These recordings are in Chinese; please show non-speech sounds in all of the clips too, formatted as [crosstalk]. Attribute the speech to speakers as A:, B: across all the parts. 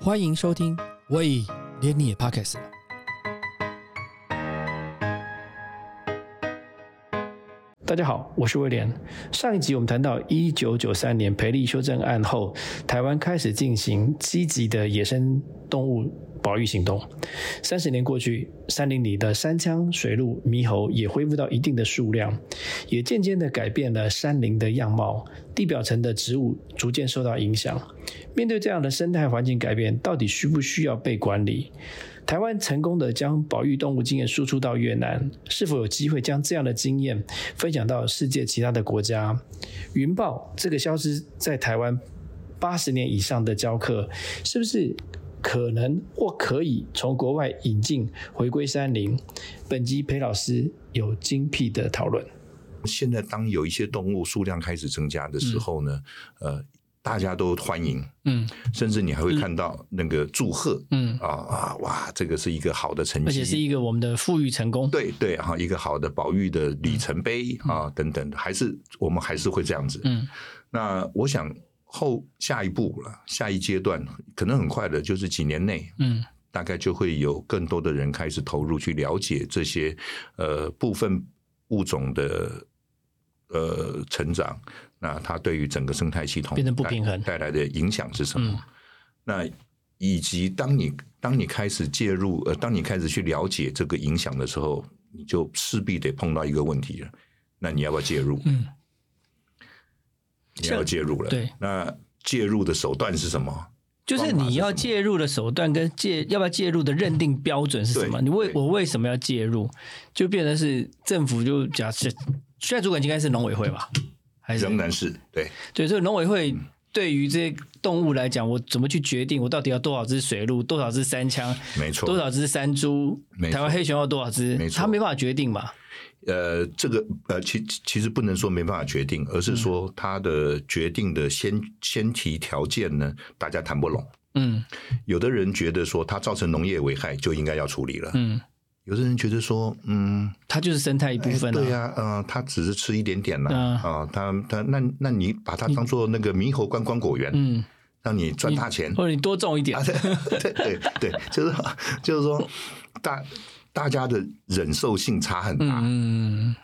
A: 欢迎收听《喂，连你也 Pockets》。
B: 大家好，我是威廉。上一集我们谈到，一九九三年培利修正案后，台湾开始进行积极的野生动物保育行动。三十年过去，山林里的山羌、水鹿、猕猴也恢复到一定的数量，也渐渐的改变了山林的样貌，地表层的植物逐渐受到影响。面对这样的生态环境改变，到底需不需要被管理？台湾成功的将保育动物经验输出到越南，是否有机会将这样的经验分享到世界其他的国家？云豹这个消失在台湾八十年以上的教课，是不是可能或可以从国外引进回归山林？本集裴老师有精辟的讨论。
C: 现在当有一些动物数量开始增加的时候呢，呃，大家都欢迎，
B: 嗯
C: 甚至你还会看到那个祝贺
B: 嗯，
C: 啊啊哇，这个是一个好的成
B: 而且是
C: 绩。
B: 一个我们的富裕成功。
C: 对对哈，一个好的保育的里程碑啊，等等，还是我们还是会这样子。
B: 嗯
C: 那我想后下一步了，下一阶段可能很快的，就是几年内，
B: 嗯
C: 大概就会有更多的人开始投入去了解这些呃部分物种的呃成长，那它对于整个生态系统
B: 变得不
C: 带
B: 平衡
C: 带来的影响是什么？
B: 嗯
C: 那以及当你当你开始介入呃，当你开始去了解这个影响的时候，你就势必得碰到一个问题了，那你要不要介入？
B: 嗯，
C: 你要介入了，
B: 对，
C: 那介入的手段是什么？
B: 就是你要介入的手段跟介要不要介入的认定标准是什么？
C: 对
B: 你为
C: 对
B: 我为什么要介入？就变成是政府就假设，现在主管机关是农委会吧？还是
C: 仍然是对，
B: 对，所以农委会对于这些动物来讲，我怎么去决定我到底要多少只水鹿，多少只山羌，
C: 没错，
B: 多少只山猪
C: 没，错
B: 台湾黑熊要多少只
C: 没？错
B: 他没办法决定嘛。
C: 呃，这个呃，其其实不能说没办法决定，而是
B: 嗯
C: 说他的决定的先先提条件呢，大家谈不拢。
B: 嗯
C: 有的人觉得说它造成农业危害就应该要处理了，
B: 嗯，
C: 有的人觉得说，嗯，
B: 它就是生态一部分
C: 哎对
B: 啊。
C: 呀、啊，呃，他只是吃一点点啦，
B: 嗯
C: 啊，他他那那你把它当做那个猕猴观光果园，
B: 嗯，
C: 让你赚大钱，
B: 或者你多种一点
C: 啊，，对对对对，就是就是说大大家的忍受性差很
B: 嗯
C: 大，
B: 嗯嗯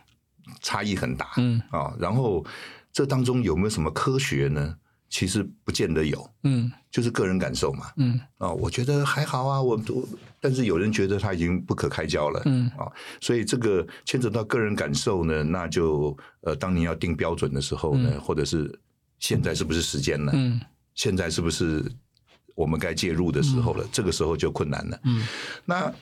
C: 差异很大，
B: 嗯
C: 啊、然后这当中有没有什么科学呢？其实不见得有，
B: 嗯
C: 就是个人感受嘛。
B: 嗯
C: 啊、我觉得还好啊，我我，但是有人觉得他已经不可开交了，
B: 嗯
C: 啊、所以这个牵扯到个人感受呢，那就呃，当你要定标准的时候呢，或者是现在是不是时间了？
B: 嗯
C: 现在是不是我们该介入的时候了？这个时候就困难了。
B: 嗯，
C: 那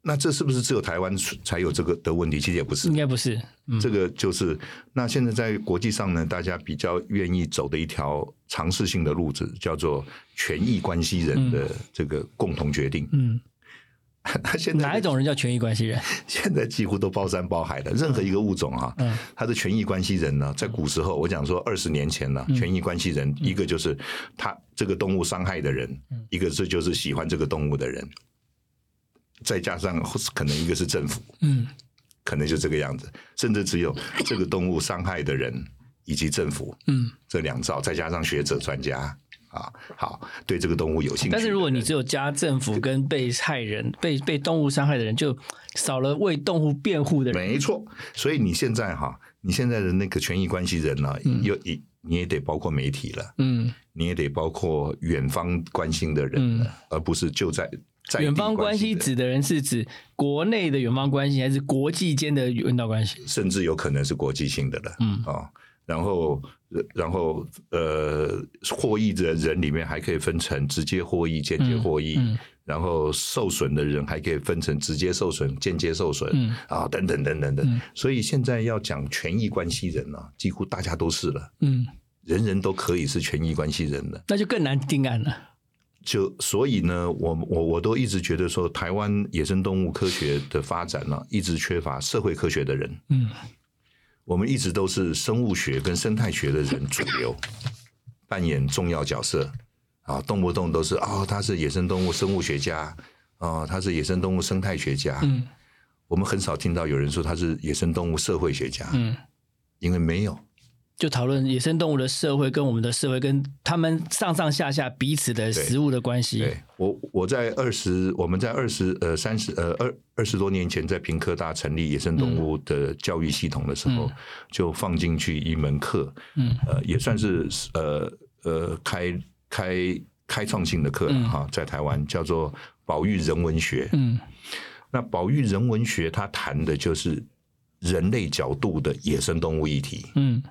C: 那这是不是只有台湾才有这个的问题？其实也不是
B: 应，该不是。嗯
C: 这个就是那现在在国际上呢，大家比较愿意走的一条尝试性的路子，叫做权益关系人的这个共同决定。 [laughs]
B: 嗯。
C: 那现在
B: 哪一种人叫权益关系人？
C: [laughs] 现在几乎都包山包海的，任何一个物种啊，
B: 嗯
C: 它的权益关系人呢，在古时候，我讲说二十年前呢、
B: 嗯
C: 权益关系人、一个就是他这个动物伤害的人，
B: 嗯
C: 一个是就是喜欢这个动物的人，再加上可能一个是政府，
B: 嗯
C: 可能就这个样子，甚至只有这个动物伤害的人以及政府
B: 嗯。
C: 这两造，再加上学者专家啊，好对这个动物有兴趣。
B: 但是如果你只有加政府跟被害人、被被动物伤害的人，就少了为动物辩护的人。
C: 没错，所以你现在哈、你现在的那个权益关系人呢、又你你也得包括媒体了，
B: 嗯，
C: 你也得包括远方关心的人了，而不是就在在地
B: 远方关
C: 关
B: 系
C: 的人
B: 指的人是指国内的远方关系，还是国际间的远道关系？
C: 甚至有可能是国际性的了。
B: 嗯
C: 啊、然后呃然后呃，获益的人里面还可以分成直接获益、间接获益，
B: 嗯嗯
C: 然后受损的人还可以分成直接受损、间接受损，
B: 嗯
C: 啊、等等等等等。
B: 嗯
C: 所以现在要讲权益关系人啊，几乎大家都是了。
B: 嗯，
C: 人人都可以是权益关系人了，
B: 那就更难定案了。
C: 就所以呢，我我我都一直觉得说，台湾野生动物科学的发展呢、一直缺乏社会科学的人。
B: 嗯
C: 我们一直都是生物学跟生态学的人主流，扮演重要角色啊，动不动都是哦，他是野生动物生物学家，哦，他是野生动物生态学家。
B: 嗯
C: 我们很少听到有人说他是野生动物社会学家，
B: 嗯
C: 因为没有
A: 就讨论野生动物的社会跟我们的社会跟他们上上下下彼此的食物的关系。
C: 对我，我在二十，我们在二十呃三十呃二二十多年前在平科大成立野生动物的教育系统的时候，
A: 嗯
C: 就放进去一门课，
A: 嗯，
C: 呃，也算是呃呃开开开创性的课了
A: 嗯
C: 哈、在台湾叫做保育人文学。
A: 嗯
C: 那保育人文学，它谈的就是人类角度的野生动物议题。
A: 嗯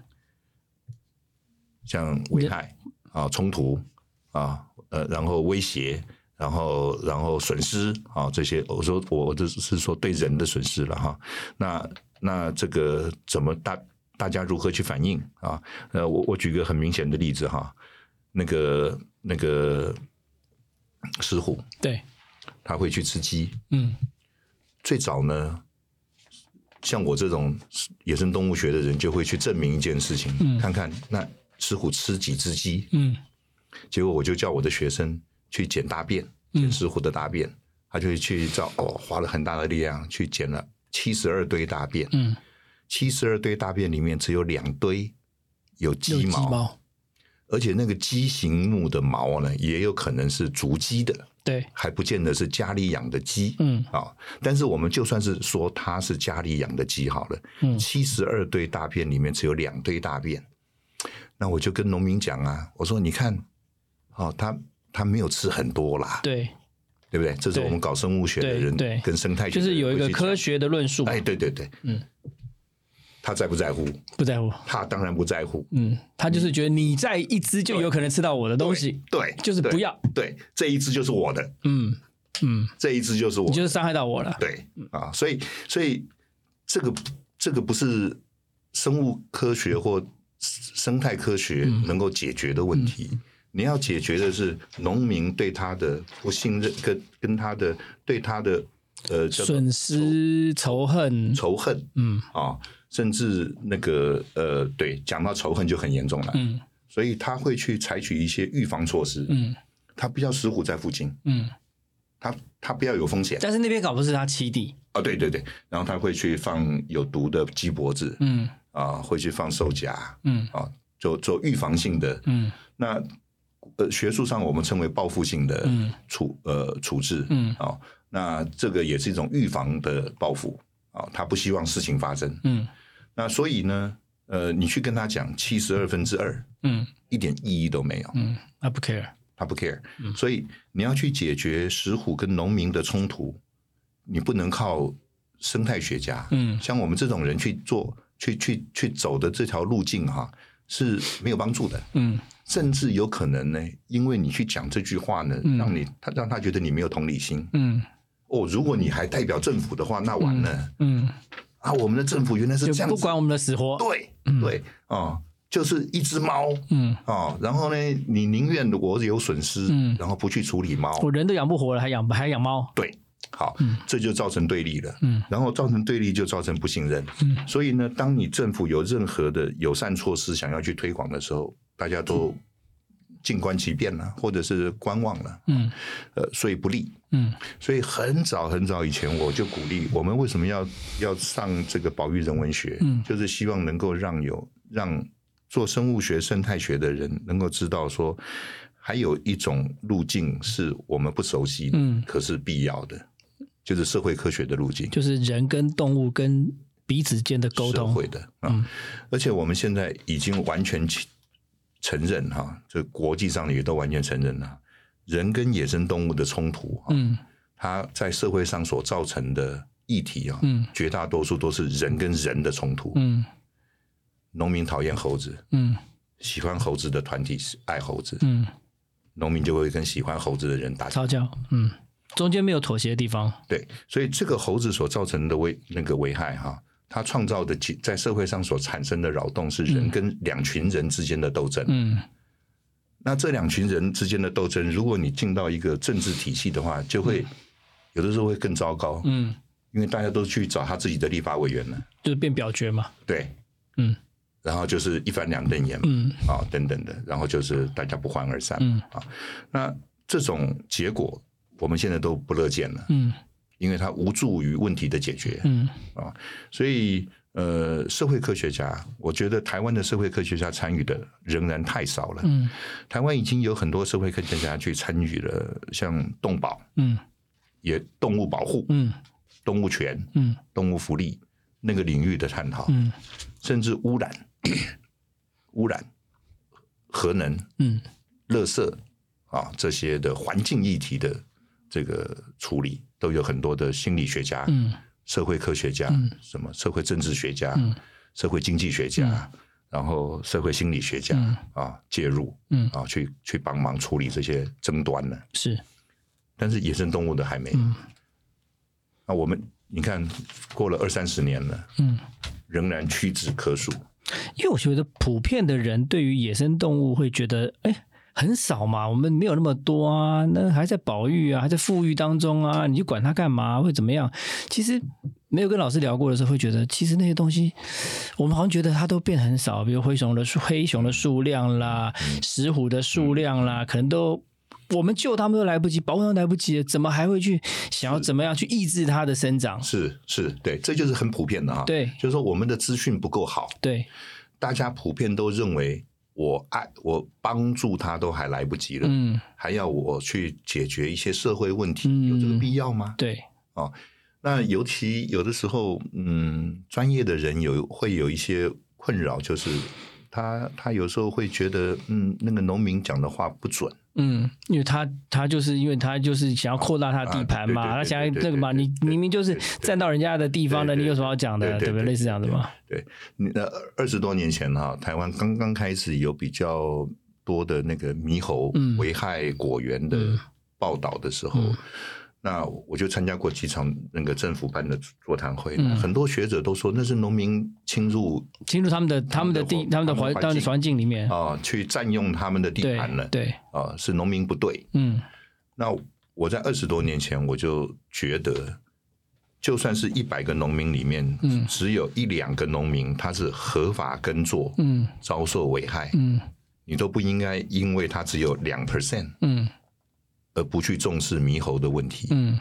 C: 像危害啊、冲突啊、呃，然后威胁，然后然后损失啊这些，我说我我这是说对人的损失了哈。那那这个怎么大大家如何去反应啊？呃，我我举个很明显的例子哈，那个那个石虎，
A: 对，
C: 它会去吃鸡。
A: 嗯
C: 最早呢，像我这种野生动物学的人，就会去证明一件事情，看看那石虎吃几只鸡，
A: 嗯
C: 结果我就叫我的学生去捡大便，
A: 嗯
C: 捡石虎的大便，他就去找哦，花了很大的力量去捡了七十二堆大便，
A: 嗯，
C: 七十二堆大便里面只有两堆有
A: 有
C: 鸡
A: 鸡
C: 毛，
A: 毛，
C: 而且那个鸡形目的毛呢，也有可能是足鸡的，
A: 对，
C: 还不见得是家里养的鸡。
A: 嗯
C: 啊、但是我们就算是说它是家里养的鸡好了，
A: 嗯
C: 七十二堆大便里面只有两堆大便，那我就跟农民讲啊，我说你看，哦，他他没有吃很多啦，
A: 对，
C: 对不对？这是
A: 对
C: 我们搞生物学的
A: 对
C: 人
A: 对
C: 跟生态学
A: 就
C: 的
A: 是
C: 人
A: 有一个
C: 会去
A: 科学的论述
C: 讲，
A: 嘛，
C: 哎，对对对，
A: 嗯，
C: 他在不在乎？
A: 不在乎。
C: 他当然不在乎，
A: 嗯，他就是觉得你在一只就有可能吃到我的东西，
C: 对，
A: 就是
C: 对
A: 不要。
C: 对，这一只就是我的，
A: 嗯嗯，
C: 这一只就是我
A: 你
C: 的
A: 就是伤害到我了。
C: 对啊，所以所以这个这个不是生物科学或生态科学
A: 嗯
C: 能够解决的问题。你要解决的是农民对他的不信任，跟跟他的对他的呃叫做
A: 损失、仇恨，
C: 仇恨
A: 嗯
C: 啊，甚至那个呃，对，讲到仇恨就很严重了。
A: 嗯
C: 所以他会去采取一些预防措施，
A: 嗯
C: 他不要石虎在附近，
A: 嗯。
C: 他他不要有风险
A: 但是那边搞不是他七弟，
C: 啊，对对对，然后他会去放有毒的鸡脖子，
A: 嗯
C: 啊，会去放兽夹
A: 嗯
C: 啊，做做预防性的。
A: 嗯
C: 那呃，学术上我们称为报复性的
A: 嗯
C: 处、呃处置，
A: 嗯
C: 啊，那这个也是一种预防的报复啊，他不希望事情发生。
A: 嗯
C: 那所以呢，呃，你去跟他讲七十二分之二，
A: 嗯
C: 一点意义都没有，
A: 嗯，他不 care。
C: 他不 care。所以你要去解决石虎跟农民的冲突，你不能靠生态学家，
A: 嗯
C: 像我们这种人去做、去去去走的这条路径哈、是没有帮助的，
A: 嗯
C: 甚至有可能呢，因为你去讲这句话呢，让你他让他觉得你没有同理心
A: 嗯
C: 哦。如果你还代表政府的话，那完了、
A: 嗯，
C: 啊！我们的政府原来是
A: 就
C: 这样
A: 不
C: 子，
A: 管嗯我们的死活。
C: 对对啊、哦就是一只猫
A: 嗯，
C: 啊、哦然后呢，你宁愿我有损失，
A: 嗯
C: 然后不去处理猫，
A: 我人都养不活了，还养还养猫。
C: 对，好，这就造成对立了。
A: 嗯，
C: 然后造成对立就造成不信任。
A: 嗯，
C: 所以呢，当你政府有任何的友善措施想要去推广的时候，大家都
A: 嗯
C: 静观其变了，或者是观望了。
A: 嗯
C: 呃，所以不利。
A: 嗯
C: 所以很早很早以前，我就鼓励我们为什么要要上这个保育人文学，
A: 嗯
C: 就是希望能够让有让做生物学、生态学的人能够知道说，还有一种路径是我们不熟悉的，
A: 嗯，
C: 可是必要的，就是社会科学的路径，
A: 就是人跟动物跟彼此间的沟
C: 社
A: 通。嗯
C: 会的啊、而且我们现在已经完全起承认哈、这国际上也都完全承认了，人跟野生动物的冲突、啊，
A: 嗯
C: 它在社会上所造成的议题啊，
A: 嗯
C: 绝大多数都是人跟人的冲突。
A: 嗯
C: 农民讨厌猴子，
A: 嗯
C: 喜欢猴子的团体是爱猴子，
A: 嗯，
C: 农民就会跟喜欢猴子的人打架。
A: 吵架。嗯，中间没有妥协的地方。
C: 对，所以这个猴子所造成的危那个危害哈、它创造的结在社会上所产生的扰动是人跟两群人之间的斗争。
A: 嗯
C: 那这两群人之间的斗争，如果你进到一个政治体系的话，就会有的时候会更糟糕，
A: 嗯，
C: 因为大家都去找他自己的立法委员了。
A: 就是变表决嘛。
C: 对，
A: 嗯
C: 然后就是一翻两瞪眼嘛，
A: 嗯
C: 啊、等等的，然后就是大家不欢而散、
A: 嗯
C: 啊。那这种结果我们现在都不乐见了，
A: 嗯
C: 因为它无助于问题的解决
A: 嗯
C: 啊。所以呃，社会科学家，我觉得台湾的社会科学家参与的仍然太少了。嗯，台湾已经有很多社会科学家去参与了，像动保，
D: 嗯
C: 也动物保护、
D: 嗯
C: 动物权、
D: 嗯
C: 动物福利那个领域的探讨，
D: 嗯
C: 甚至污染、污染、核能、
D: 嗯
C: 垃圾啊这些的环境议题的这个处理，都有很多的心理学家、
D: 嗯
C: 社会科学家、什么社会政治学家、
D: 嗯
C: 社会经济学家，然后社会心理学家、
D: 嗯
C: 啊介入，
D: 嗯
C: 啊去去帮忙处理这些争端呢。
D: 是
C: 但是野生动物的还没
D: 嗯
C: 有。那我们你看，过了二三十年了，
D: 嗯，
C: 仍然屈指可数。
D: 因为我觉得普遍的人对于野生动物会觉得，哎，很少嘛，我们没有那么多啊，那还在保育啊，还在富裕当中啊，你就管它干嘛，会怎么样？其实没有跟老师聊过的时候，会觉得其实那些东西，我们好像觉得它都变很少，比如灰熊的数、黑熊的数量啦，石虎的数量啦，可能都。我们救它们都来不及，保护它们都来不及了，怎么还会去想要怎么样去抑制它的生长？
C: 是是，对，这就是很普遍的哈。
D: 对
C: 就是说我们的资讯不够好，
D: 对，
C: 大家普遍都认为我爱我帮助他都还来不及了，
D: 嗯，
C: 还要我去解决一些社会问题，
D: 嗯
C: 有这个必要吗？哦
D: 对，
C: 那尤其有的时候，嗯，专业的人有会有一些困扰，就是他他有时候会觉得，嗯，那个农民讲的话不准。
D: 嗯，因为他他就是因为他就是想要扩大他的地盘嘛，
C: 啊
D: 他
C: 对对
D: 想
C: 对
D: 要
C: 对
D: 这个嘛，
C: 对对
D: 你
C: 对
D: 明明就是
C: 对对
D: 站到人家的地方的，
C: 对对
D: 你有什么好讲的，
C: 对对
D: 对不对？
C: 对对
D: 类似这样子嘛，
C: 你那二十多年前哈、台湾刚刚开始有比较多的那个猕猴
D: 嗯
C: 危害果园的报道的时候，那我就参加过几场那个政府办的座谈会，
D: 嗯
C: 很多学者都说那是农民侵入
D: 侵入他们的他们的地他
C: 他
D: 们
C: 们
D: 的
C: 的
D: 环
C: 环
D: 他们的环境里面，
C: 啊、去占用他们的地
D: 对
C: 盘了
D: 对，
C: 啊、是农民不对。
D: 嗯
C: 那我在二十多年前我就觉得，就算是一百个农民里面，
D: 嗯
C: 只有一两个农民他是合法耕作，
D: 嗯
C: 遭受危害，
D: 嗯
C: 你都不应该因为他只有两 percent
D: 嗯
C: 而不去重视猕猴的问题。
D: 嗯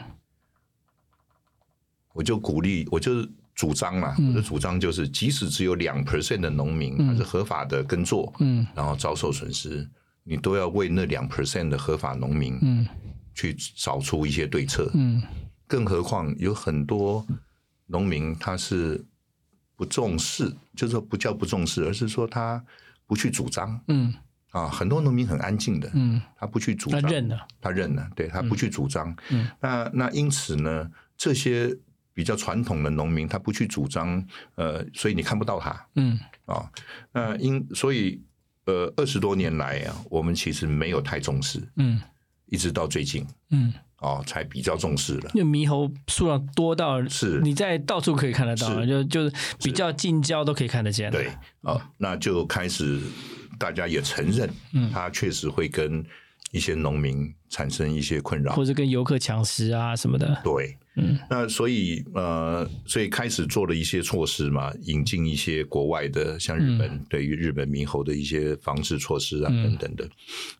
C: 我就鼓励，我就是主张啦，
D: 嗯
C: 我的主张就是，即使只有两 percent 的农民他是合法的耕作，
D: 嗯
C: 然后遭受损失，你都要为那两 percent 的合法农民
D: 嗯
C: 去找出一些对策。
D: 嗯
C: 更何况有很多农民他是不重视，就是说不叫不重视，而是说他不去主张
D: 嗯
C: 啊。很多农民很安静的，
D: 嗯，
C: 他不去主
D: 他
C: 张，
D: 认了，
C: 他认了，对他不去主张。
D: 嗯
C: 那那因此呢，这些比较传统的农民他不去主张，呃，所以你看不到他
D: 嗯
C: 啊。那因所以呃，二十多年来啊，我们其实没有太重视，
D: 嗯
C: 一直到最近
D: 嗯，
C: 啊才比较重视了。
D: 因为猕猴数量多到
C: 是
D: 你在到处可以看得到，
C: 是
D: 就就是比较近郊都可以看得见，
C: 对，啊，那就开始大家也承认，
D: 嗯
C: 他确实会跟一些农民产生一些困扰
D: 或。者跟游客抢食啊什么的，
C: 对，
D: 嗯，
C: 那所以呃，所以开始做了一些措施嘛，引进一些国外的，像日本、
D: 嗯
C: 对于日本猕猴的一些防治措施啊、等等的，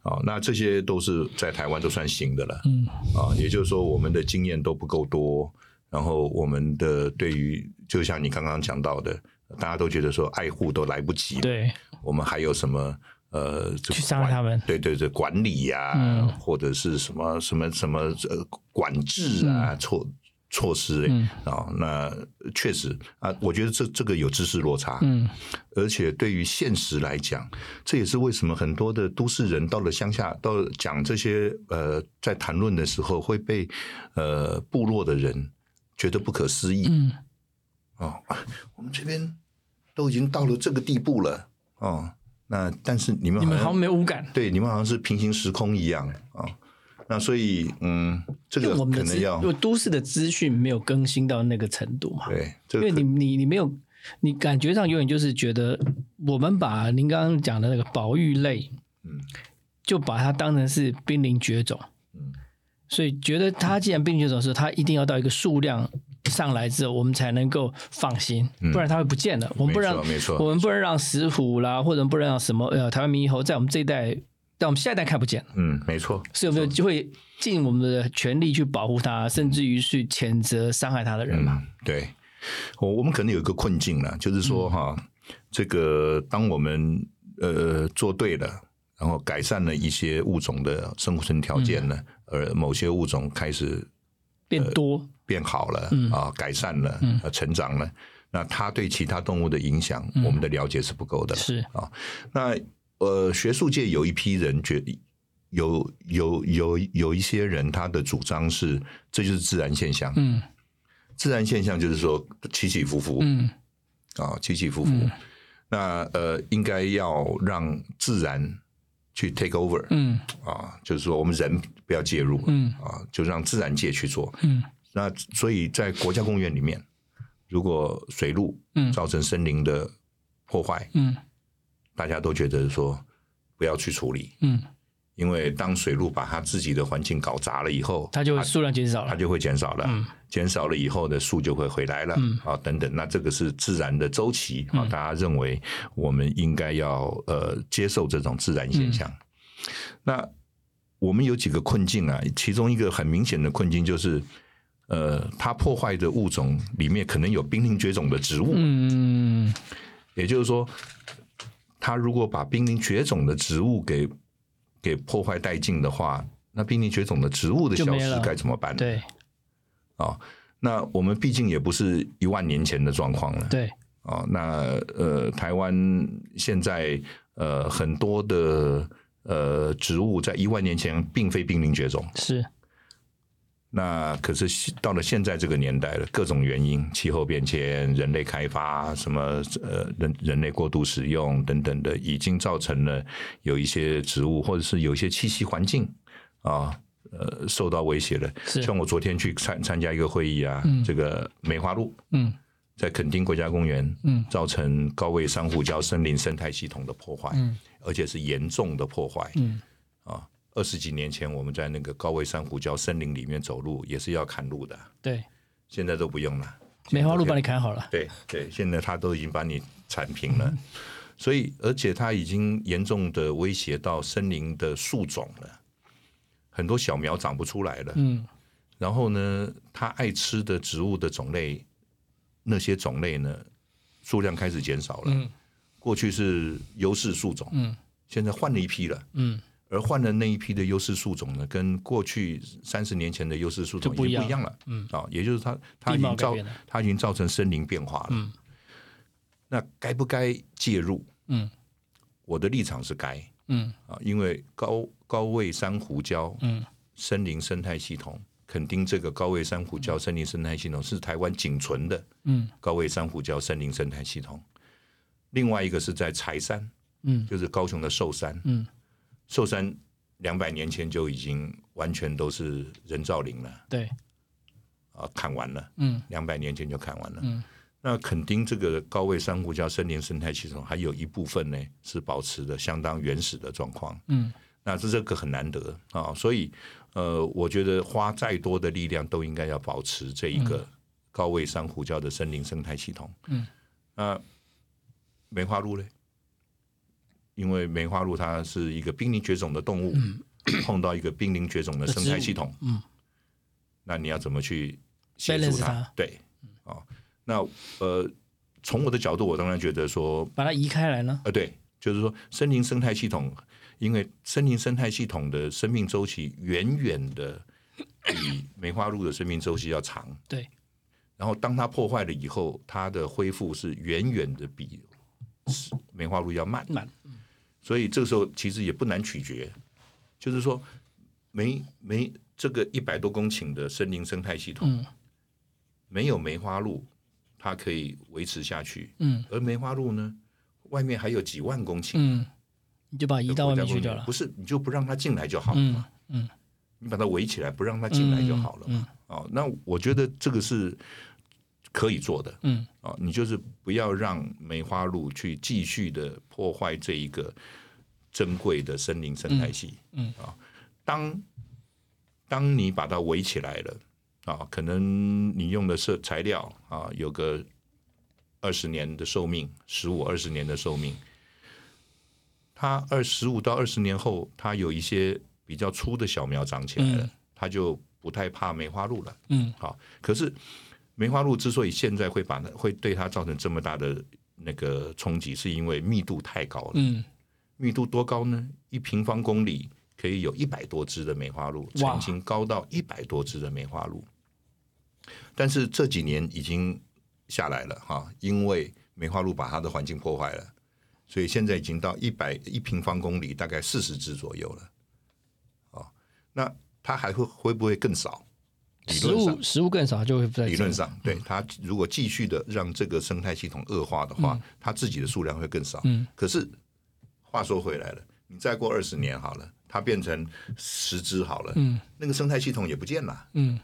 C: 啊、那这些都是在台湾都算行的了，
D: 嗯
C: 啊，也就是说我们的经验都不够多，然后我们的对于就像你刚刚讲到的，大家都觉得说爱护都来不及了，
D: 对，
C: 我们还有什么呃这
D: 去
C: 个
D: 杀
C: 管
D: 他们
C: 对对对，管理呀、
D: 嗯
C: 或者是什么什么什么呃管制啊、措措施欸
D: 嗯
C: 啊、那确实啊，我觉得这这个有知识落差，
D: 嗯。
C: 而且对于现实来讲，这也是为什么很多的都市人到了乡下，到了讲这些呃在谈论的时候会被呃部落的人觉得不可思议，
D: 嗯
C: 哦，我们这边都已经到了这个地步了哦。那但是你们
D: 你们好
C: 好
D: 像
C: 像
D: 没有无感。
C: 对你们好像是平行时空一样啊、哦。那所以嗯，这
D: 因
C: 个
D: 为我们
C: 可
D: 的资
C: 能要，
D: 因为都市的资讯没有更新到那个程度嘛，
C: 对，这
D: 因
C: 个
D: 为
C: 可
D: 你你你没有，你感觉上永远就是觉得我们把您刚刚讲的那个保育类，
C: 嗯
D: 就把它当成是濒临绝种，
C: 嗯
D: 所以觉得它既然濒临绝种的时候，它一定要到一个数量上来之后，我们才能够放心，
C: 嗯
D: 不然它会不见了。我们不让，
C: 没错没错
D: 我们不能让石虎啦，或者不能让什么呃台湾猕猴在我们这一代，在我们下一代看不见。呃
C: 嗯，没错，
D: 所以我们就会尽我们的全力去保护它，甚至于去谴责伤害它的人嘛。
C: 嗯，对。我我们可能有一个困境了，就是说哈、这个当我们呃做对了，然后改善了一些物种的生存条件
D: 嗯
C: 呢，而某些物种开始
A: 变
C: 呃
A: 多，
C: 变好了，
A: 嗯
C: 啊，改善了，
A: 嗯
C: 啊，成长了，那它对其他动物的影响，
A: 嗯
C: 我们的了解是不够的。
A: 是
C: 那呃，学术界有一批人觉有有有有一些人，他的主张是这就是自然现象。
A: 嗯
C: 自然现象就是说起起伏伏
A: 嗯
C: 啊，起起伏伏。
A: 嗯
C: 那呃，应该要让自然去 take over
A: 嗯
C: 啊，就是说我们人不要介入
A: 嗯
C: 啊，就让自然界去做。
A: 嗯
C: 那所以在国家公园里面，如果水路
A: 嗯
C: 造成森林的破坏，
A: 嗯
C: 大家都觉得说不要去处理，
A: 嗯，
C: 因为当水路把它自己的环境搞砸了以后，
A: 它就数量减少
C: 它
A: 了。
C: 就会减少了。
A: 嗯
C: 减少了以后呢，树就会回来了、
A: 嗯
C: 啊，等等。那这个是自然的周期啊，
A: 嗯
C: 大家认为我们应该要呃接受这种自然现象。
A: 嗯
C: 那我们有几个困境啊，其中一个很明显的困境就是，呃，它破坏的物种里面可能有濒临绝种的植物，
A: 嗯
C: 也就是说，它如果把濒临绝种的植物给给破坏殆尽的话，那濒临绝种的植物的
A: 就
C: 消
A: 没
C: 失
A: 了
C: 该怎么办
A: 嗯
C: 呢？
A: 对
C: 啊。那我们毕竟也不是一万年前的状况了
A: 对，
C: 啊。那呃，台湾现在呃很多的呃植物在一万年前并非濒临绝种，
A: 是
C: 那可是现到了现在这个年代了，各种原因，气候变迁、人类开发、什么呃人人类过度使用等等的，已经造成了有一些植物或者是有一些栖息环境啊。呃，受到威胁了。
A: 是
C: 像我昨天去参参加一个会议啊，
A: 嗯
C: 这个梅花鹿
A: 嗯
C: 在垦丁国家公园
A: 嗯
C: 造成高位珊瑚礁森林生态系统的破坏，
A: 嗯
C: 而且是严重的破坏。
A: 嗯
C: 啊，二十几年前我们在那个高位珊瑚礁森林里面走路也是要砍路的，
A: 对，
C: 现在都不用了。
A: 梅花鹿帮你砍好了。
C: 对对，现在它都已经把你铲平
A: 嗯
C: 了，所以而且它已经严重的威胁到森林的树种了，很多小苗长不出来了。
A: 嗯
C: 然后呢，它爱吃的植物的种类，那些种类呢，数量开始减少了。
A: 嗯
C: 过去是优势树种，
A: 嗯
C: 现在换了一批了。
A: 嗯，
C: 而换了那一批的优势树种呢，跟过去三十年前的优势树种已
A: 就不一
C: 经
A: 样
C: 不一样了。
A: 嗯，
C: 啊，也就是它它
A: 地
C: 已
A: 貌
C: 经造
A: 改变了
C: 它已经造成森林变化了。
A: 嗯，
C: 那该不该介入？
A: 嗯
C: 我的立场是该
A: 嗯
C: 啊，因为高高位珊瑚礁
A: 嗯
C: 森林生态系统，肯定这个高位珊瑚礁森林生态系统是台湾仅存的
A: 嗯
C: 高位珊瑚礁森林生态系统。另外一个是在柴山，
A: 嗯
C: 就是高雄的寿山，
A: 嗯，
C: 寿山两百年前就已经完全都是人造林了
A: 对，
C: 啊，砍完了，
A: 嗯
C: 两百年前就砍完了。
A: 嗯
C: 那垦丁这个高位珊瑚礁森林生态系统，还有一部分呢是保持的相当原始的状况，
A: 嗯
C: 那这这个很难得啊，所以呃，我觉得花再多的力量都应该要保持这一个高位珊瑚礁的森林生态系统。
A: 嗯，
C: 那梅花鹿呢？因为梅花鹿它是一个濒临绝种的动物，碰到一个濒临绝种的生态系统，
A: 嗯，
C: 那你要怎么去协助
A: Balance 它嗯
C: 对，哦，那呃，从我的角度，我当然觉得说，
A: 把它移开来呢？
C: 呃，对，就是说森林生态系统，因为森林生态系统的生命周期远远的比梅花鹿的生命周期要长。
A: 对。
C: 然后当它破坏了以后，它的恢复是远远的比梅花鹿要慢。
A: 满
C: 所以这个时候其实也不难取决，就是说梅梅这个一百多公顷的森林生态系统，
A: 嗯
C: 没有梅花鹿，它可以维持下去。
A: 嗯
C: 而梅花鹿呢，外面还有几万公顷。
A: 嗯，你就把它移到外面去掉了
C: 不。是，你就不让它进来就好了
A: 嗯
C: 嘛，
A: 嗯，
C: 你把它围起来，不让它进来就好了嘛。哦，那我觉得这个是可以做的。
A: 嗯，
C: 哦，你就是不要让梅花鹿去继续的破坏这一个珍贵的森林生态系。
A: 嗯
C: 啊、当当你把它围起来了，啊、可能你用的是材料啊、有个二十年的寿命，十五二十年的寿命。它二十五到二十年后，它有一些比较粗的小苗长起来了，
A: 嗯
C: 它就不太怕梅花鹿了。
A: 嗯
C: 好，可是梅花鹿之所以现在会把它会对它造成这么大的那个冲击，是因为密度太高了。
D: 嗯，
C: 密度多高呢？一平方公里可以有一百多只的梅花鹿，
D: 哇
C: 曾经高到一百多只的梅花鹿。但是这几年已经下来了哈，因为梅花鹿把它的环境破坏了，所以现在已经到一百一平方公里，大概四十只左右了。哦，那它还会会不会更少？理
A: 食
C: 论上
A: 物食物更少就会不在
C: 理论
D: 嗯
C: 上，对它如果继续的让这个生态系统恶化的话，它自己的数量会更少。
D: 嗯，
C: 可是话说回来了，你再过二十年好了，它变成十只好了，
D: 嗯，
C: 那个生态系统也不见了。
D: 嗯，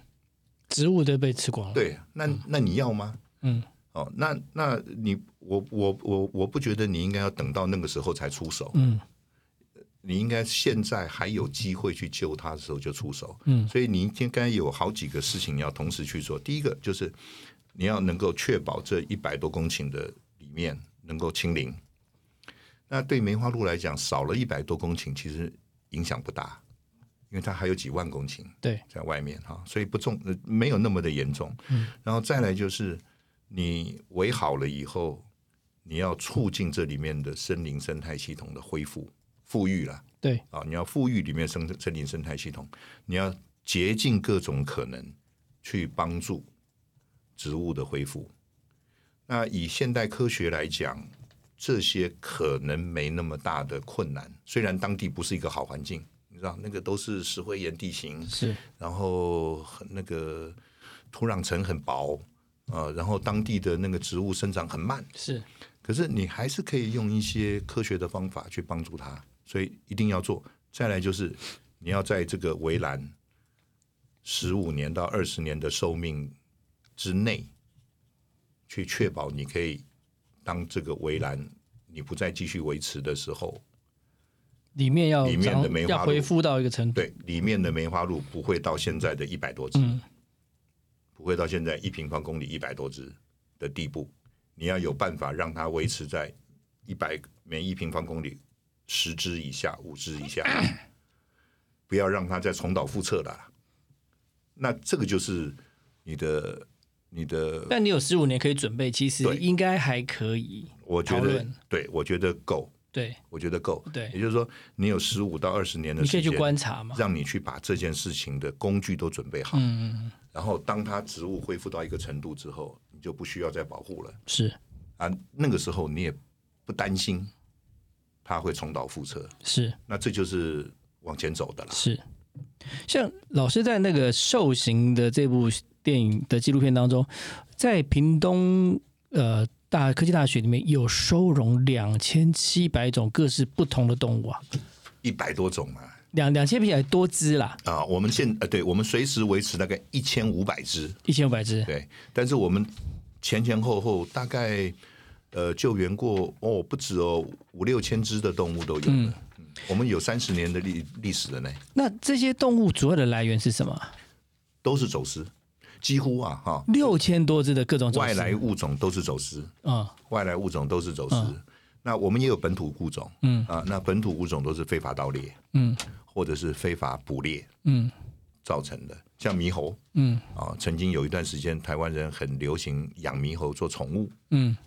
D: 植物都被吃光了。，
C: 对，那那你要吗？
D: 嗯，
C: 哦，那那你我我我我不觉得你应该要等到那个时候才出手。
D: 嗯，
C: 你应该现在还有机会去救它的时候就出手。
D: 嗯
C: 所以你应该有好几个事情要同时去做。第一个就是你要能够确保这一百多公顷的里面能够清零。那对梅花鹿来讲，少了一百多公顷，其实影响不大，因为它还有几万公顷
D: 对
C: 在外面哈，所以不重呃没有那么的严重。嗯、然后再来就是你围好了以后，你要促进这里面的森林生态系统的恢复富裕了。
D: 对
C: 啊，你要富裕里面生森林生态系统，你要竭尽各种可能去帮助植物的恢复。那以现代科学来讲，这些可能没那么大的困难，虽然当地不是一个好环境，你知道那个都是石灰岩地形，
D: 是
C: 然后很那个土壤层很薄，呃，然后当地的那个植物生长很慢，
D: 是，
C: 可是你还是可以用一些科学的方法去帮助它，所以一定要做。再来就是你要在这个围栏十五年到二十年的寿命之内，去确保你可以当这个围栏你不再继续维持的时候，
D: 里面要
C: 里面的
D: 长
C: 梅花
D: 要
C: 鹿
D: 恢复到一个程度。
C: 对里面的梅花鹿不会到现在的一百多只，
D: 嗯
C: 不会到现在一平方公里一百多只的地步。你要有办法让它维持在一百每一平方公里十只以下、五只以下，不要让它再重蹈覆辙了啦。那这个就是你的你的
D: 但你有十五年可以准备，其实
C: 对
D: 应该还可以。
C: 我觉
D: 讨
C: 得
D: 论
C: 对，我觉得够，
D: 对，
C: 我觉得够。
D: 对
C: 也就是说，你有十五到二十年的
D: 你可
C: 时
D: 以去
C: 间，
D: 观察嘛。
C: 让你去把这件事情的工具都准备好。
D: 嗯，
C: 然后，当它植物恢复到一个程度之后，你就不需要再保护了
D: 是
C: 啊。那个时候你也不担心它会重蹈覆辙，
D: 是
C: 那这就是往前走的啦。
D: 是。像老师在那个《受刑》的这部电影的纪录片当中，呃在屏东呃大科技大学里面有收容两千七百种各式不同的动物啊，
C: 一百多种嘛，
D: 两两千比起来多只啦，
C: 啊，我们现呃，对我们随时维持大概一千五百只，
D: 一千五百只。
C: 对，但是我们前前后后大概呃救援过哦，不止哦，五六千只的动物都有了。嗯我们有三十年的历历史了呢，
D: 那这些动物主要的来源是什么？
C: 都是走私，几乎啊哈，
D: 六千多只的各种走私
C: 外来物种都是走私。
D: 嗯，
C: 外来物种都是走私。那我们也有本土物种，嗯啊，那本土物种都是非法盗猎，
D: 嗯，
C: 或者是非法捕猎，
D: 嗯，
C: 造成的。像猕猴，
D: 嗯，
C: 啊，曾经有一段时间，台湾人很流行养猕猴做宠物，
D: 嗯，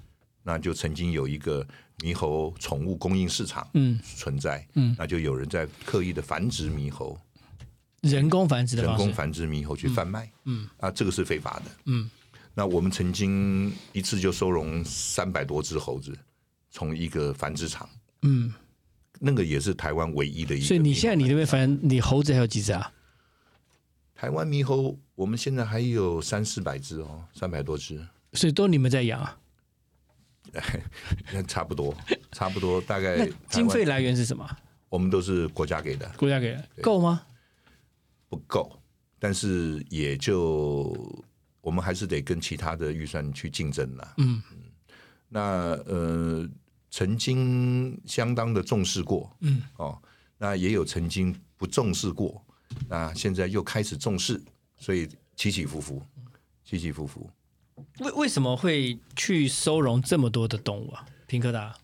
C: 那就曾经有一个猕猴宠物供应市场，
D: 嗯，
C: 存在，
D: 嗯，
C: 那就有人在刻意的繁殖猕猴，
D: 人工繁殖的
C: 人
D: 方式
C: 工。繁殖猕猴去贩卖，嗯啊，这个是非法的，
D: 嗯。
C: 那我们曾经一次就收容三百多只猴子，从一个繁殖场，
D: 嗯，
C: 那个也是台湾唯一的一个猕猴。
D: 所以你现在你那边反正你猴子还有几只啊？
C: 台湾猕猴，我们现在还有三四百只哦，三百多只，
D: 所以都你们在养啊？
C: 那差不多，差不多，大概
D: 那
C: 哎台湾
D: 经费来源是什么？
C: 我们都是国家给的，
D: 国家给的够吗？
C: 不够，但是也就我们还是得跟其他的预算去竞争了。
D: 嗯
C: 那呃，曾经相当的重视过，
D: 嗯，
C: 哦，那也有曾经不重视过，那现在又开始重视，所以起起伏伏，起起伏伏。
D: 为为什么会去收容这么多的动物啊？平科达，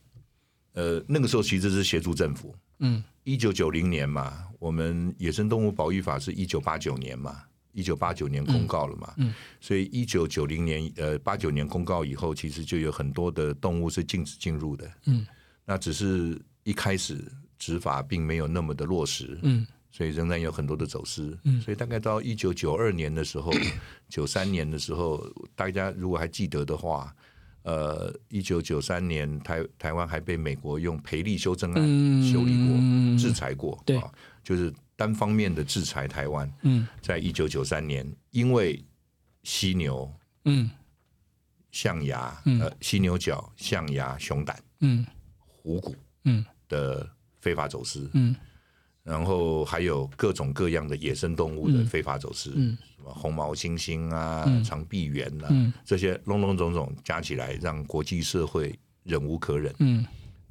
C: 呃，那个时候其实是协助政府，
D: 嗯
C: 一九九零年嘛，我们野生动物保育法是一九八九年嘛，一九八九年公告了嘛，
D: 嗯嗯
C: 所以一九九零年呃八九年公告以后，其实就有很多的动物是禁止进入的，
D: 嗯，
C: 那只是一开始执法并没有那么的落实，
D: 嗯，
C: 所以仍然有很多的走私，嗯，所以大概到一九九二年的
D: [coughs]
C: 时候，九三年的时候，大家如果还记得的话。呃，一九九三年台台湾还被美国用赔利修正案修理过，
D: 嗯
C: 制裁过，
D: 对
C: 啊就是单方面的制裁台湾。
D: 嗯
C: 在一九九三年，因为犀牛、
D: 嗯
C: 象牙、
D: 嗯
C: 呃犀牛角、象牙、熊胆、
D: 嗯
C: 虎骨
D: 嗯
C: 的非法走私，
D: 嗯
C: 然后还有各种各样的野生动物的非法走私，
D: 嗯
C: 什么红毛猩猩啊、长臂猿啊，
D: 嗯
C: 这些笼笼总总加起来，让国际社会忍无可忍。
D: 嗯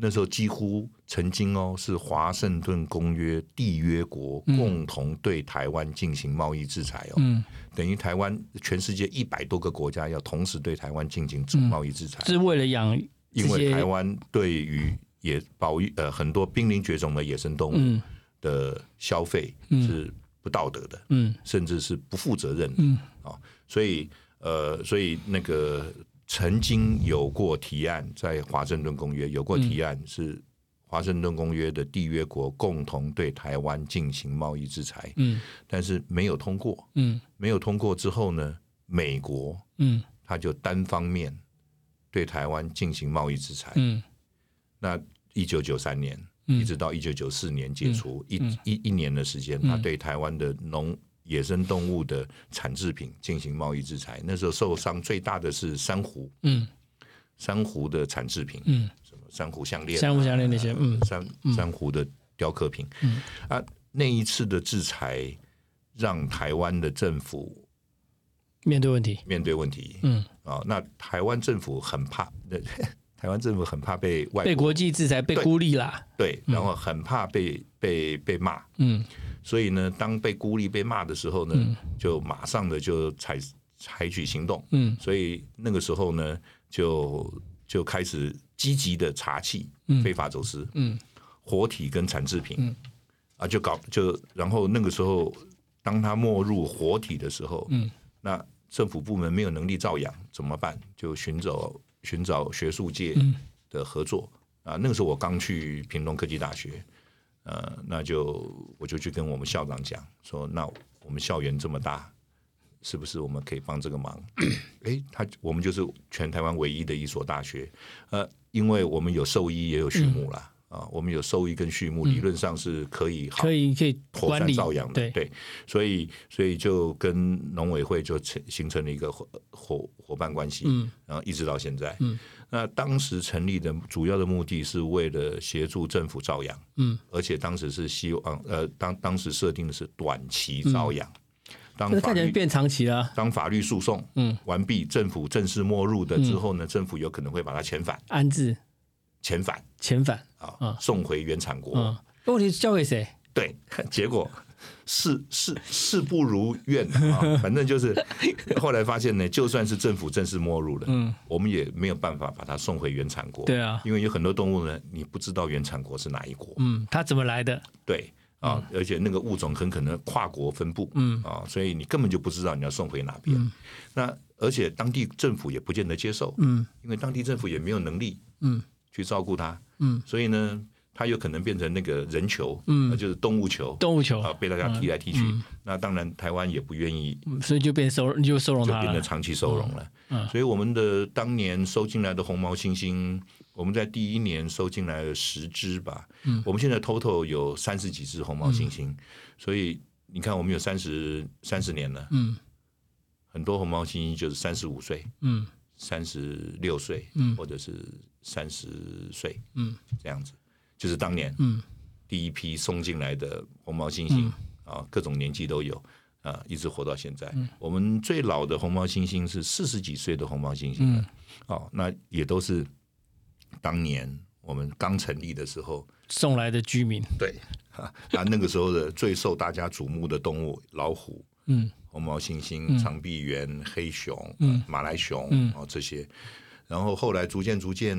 C: 那时候几乎曾经哦，是华盛顿公约缔约国共同对台湾进行贸易制裁哦，
D: 嗯，
C: 等于台湾全世界一百多个国家要同时对台湾进行制贸易制裁，
D: 是为了养这
C: 因为
D: 些
C: 台湾对于野保育呃很多濒临绝种的野生动物
D: 嗯
C: 的消费是不道德的，
D: 嗯
C: 甚至是不负责任的。
D: 嗯
C: 啊，所以呃，所以那个曾经有过提案，在华盛顿公约有过提案，是华盛顿公约的缔约国共同对台湾进行贸易制裁，
D: 嗯
C: 但是没有通过。
D: 嗯
C: 没有通过之后呢，美国
D: 嗯
C: 它就单方面对台湾进行贸易制裁。
D: 嗯
C: 那一九九三年一直到一九九四年解除、
D: 嗯
C: 一一一年的时间，他对台湾的农野生动物的产制品进行贸易制裁。那时候受伤最大的是珊瑚，
D: 嗯
C: 珊瑚的产制品，
D: 嗯，
C: 什么珊瑚项链、呃
D: 相互相恋那些，嗯
C: 珊珊瑚的雕刻品。啊，那一次的制裁让台湾的政府
D: 面对问题，
C: 面对问题。
D: 嗯，
C: 啊，那台湾政府很怕， [laughs] 台湾政府很怕被外
D: 被嗯
C: 国
D: 国际制裁，被孤立啦，
C: 对，然后很怕被被被骂。
D: 嗯
C: 所以呢，当被孤立、被骂的时候呢，就马上的就采采取行动。
D: 嗯
C: 所以那个时候呢，就就开始积极的查气、非法走私、
D: 嗯
C: 活体跟产制品，啊，就搞就然后那个时候，当他没入活体的时候，
D: 嗯
C: 那政府部门没有能力照养怎么办？就寻找寻找学术界的合作、啊。那个时候我刚去屏东科技大学，呃，那就我就去跟我们校长讲说，那我们校园这么大，是不是我们可以帮这个忙？诶，他我们就是全台湾唯一的一所大学，呃，因为我们有兽医也有畜牧啦。啊，我们有兽医跟畜牧，理论上是可以好
D: 可以可以
C: 妥
D: 管
C: 善
D: 理
C: 照养的，
D: 对，
C: 所以所以就跟农委会就成形成了一个伙伙伙伴关系，
D: 嗯
C: 然后一直到现在，
D: 嗯，
C: 那当时成立的主要的目的是为了协助政府照养，
D: 嗯，
C: 而且当时是希望呃当当时设定的是短期照养，当
D: 那
C: 法
D: 看起来
C: 律
D: 变长期了，
C: 当法律诉讼
D: 嗯
C: 完毕，政府正式没入的之后呢，政府有可能会把它遣返
D: 安置
C: 遣返
D: 遣返，
C: 啊，
D: 嗯
C: 送回原产国，
D: 嗯，问题是交给谁？ [laughs]
C: 对，结果事事事不如愿
D: [laughs]
C: 啊，反正就是后来发现呢，就算是政府正式没入了，
D: 嗯，
C: 我们也没有办法把它送回原产国，
D: 对啊，
C: 因为有很多动物呢，你不知道原产国是哪一国，
D: 嗯，他怎么来的？
C: 对啊，而且那个物种很可能跨国分布，
D: 嗯
C: 啊，所以你根本就不知道你要送回哪边，那而且当地政府也不见得接受，
D: 嗯
C: 因为当地政府也没有能力，
D: 嗯，
C: 去照顾它，
D: 嗯，
C: 所以呢，它有可能变成那个人球，
D: 嗯
C: 呃就是动物球，
D: 动物球，
C: 啊，被大家踢来踢去。那当然，台湾也不愿意，
D: 嗯所以就变收，你就收容
C: 就
D: 他
C: 变得
D: 了。
C: 长期收容了。
D: 嗯
C: 所以我们的当年收进来的红毛猩猩，我们在第一年收进来了十只吧。我们现在 total 有三十几只红毛猩猩，所以你看，我们有三十三十年了，
D: 嗯
C: 很多红毛猩猩就是三十五岁、
D: 嗯
C: 三十六岁，
D: 嗯
C: 或者是三十岁
D: 嗯
C: 这样子，就是当年。
D: 嗯
C: 第一批送进来的红毛猩猩、啊，各种年纪都有啊，一直活到现在。我们最老的红毛猩猩是四十几岁的红毛猩猩了，哦，那也都是当年我们刚成立的时候，
D: 送来的居民，
C: 对 [laughs] 啊，那那个时候的最受大家瞩目的动物老虎。
D: 嗯
C: 红毛猩猩、长臂猿、黑熊、呃马来熊哦这些，然后后来逐渐逐渐，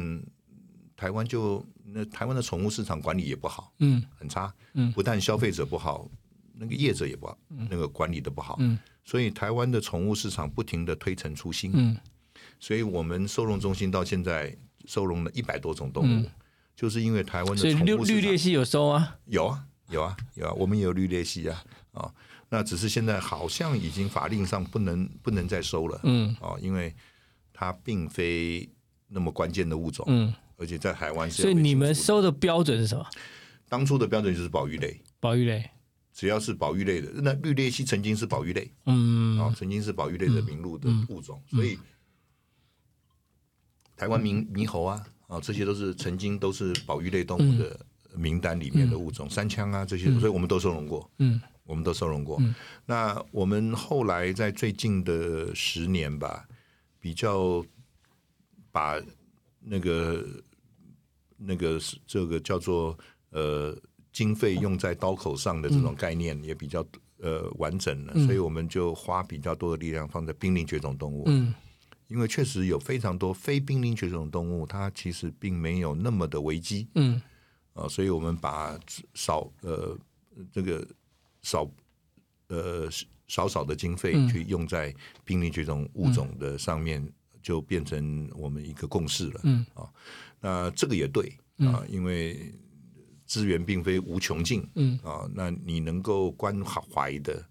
C: 台湾就那台湾的宠物市场管理也不好，
D: 嗯
C: 很差，
D: 嗯嗯
C: 不但消费者不好，那个业者也不好，那个管理的不好，所以台湾的宠物市场不停的推陈出新，
D: 嗯
C: 所以我们收容中心到现在收容了一百多种动物，就是因为台湾
D: 嗯所
C: 的
D: 以
C: 宠
D: 绿
C: 物
D: 绿
C: 市
D: 鬣
C: 场
D: 蜥有收啊，
C: 有啊有啊有啊，我们也有绿鬣蜥啊啊、哦那只是现在好像已经法令上不能不能再收了，
D: 嗯
C: 哦，因为它并非那么关键的物种，
D: 嗯，
C: 而且在台湾是有
D: 所以
C: 被
D: 你
C: 清
D: 们
C: 除的
D: 收的标准是什么？
C: 当初的标准就是保育类，
D: 保育类，
C: 只要是保育类的，那绿鬣蜥曾经是保育类
D: 嗯
C: 啊、哦曾经是保育类的名录的物种，所以台湾猕猕猴啊啊、这些都是曾经都是保育类动物的名单里面的物种，三枪啊这些，所以我们都收容过，
D: 嗯，
C: 我们都收容过。那我们后来在最近的十年吧，比较把那个那个是这个叫做呃经费用在刀口上的这种概念也比较、呃完整了，所以我们就花比较多的力量放在濒临绝种动物，
D: 嗯
C: 因为确实有非常多非濒临绝种动物，它其实并没有那么的危机，
D: 嗯
C: 啊，所以我们把少呃这个少呃少少的经
D: 嗯
C: 费去用在濒临绝种物种的上面，就变成我们一个共识了。
D: 嗯
C: 啊，那这个也对啊，因为资源并非无穷尽
D: 嗯
C: 啊，那你能够关怀的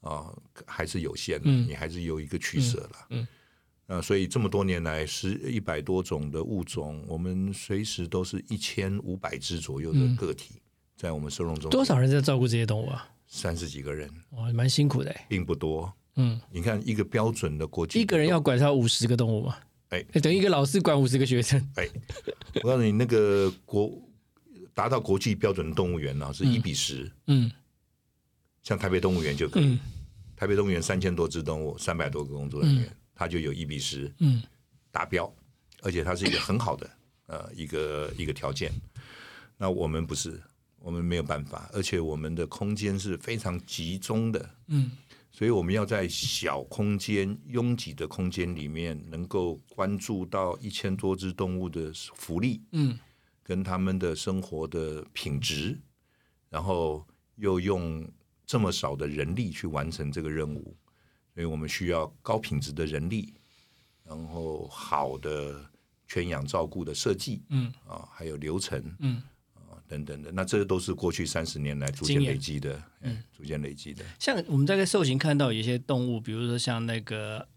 C: 啊还是有限的，
D: 嗯
C: 你还是有一个取舍了。
D: 嗯
C: 那呃所以这么多年来，十一百多种的物种，我们随时都是一千五百只左右的个体，在我们收容中心
D: 嗯多少人在照顾这些动物啊？
C: 三十几个人，
D: 哇，蛮辛苦的欸。
C: 并不多。
D: 嗯，
C: 你看一个标准的国际
D: 一个人要管到五十个动物嘛？
C: 哎
D: 欸等于一个老师管五十个学生。
C: 哎，我告诉你，那个国达到国际标准的动物园呢、是一比十、
D: 嗯
C: 像台北动物园就可以，
D: 嗯
C: 台北动物园三千多只动物，三百多个工作人员，它就有一比十
D: 嗯
C: 达标，而且它是一个很好的呃一个一个条件。那我们不是，我们没有办法，而且我们的空间是非常集中的，
D: 嗯
C: 所以我们要在小空间、拥挤的空间里面，能够关注到一千多只动物的福利，
D: 嗯
C: 跟他们的生活的品质，然后又用这么少的人力去完成这个任务，所以我们需要高品质的人力，然后好的圈养照顾的设计
D: 嗯
C: 啊，还有流程
D: 嗯。
C: 啊等等的，那这都是过去三十年来逐渐
D: 经验
C: 累积的，嗯，逐渐累积的。
D: 像我们大概受刑看到有一些动物，比如说像那个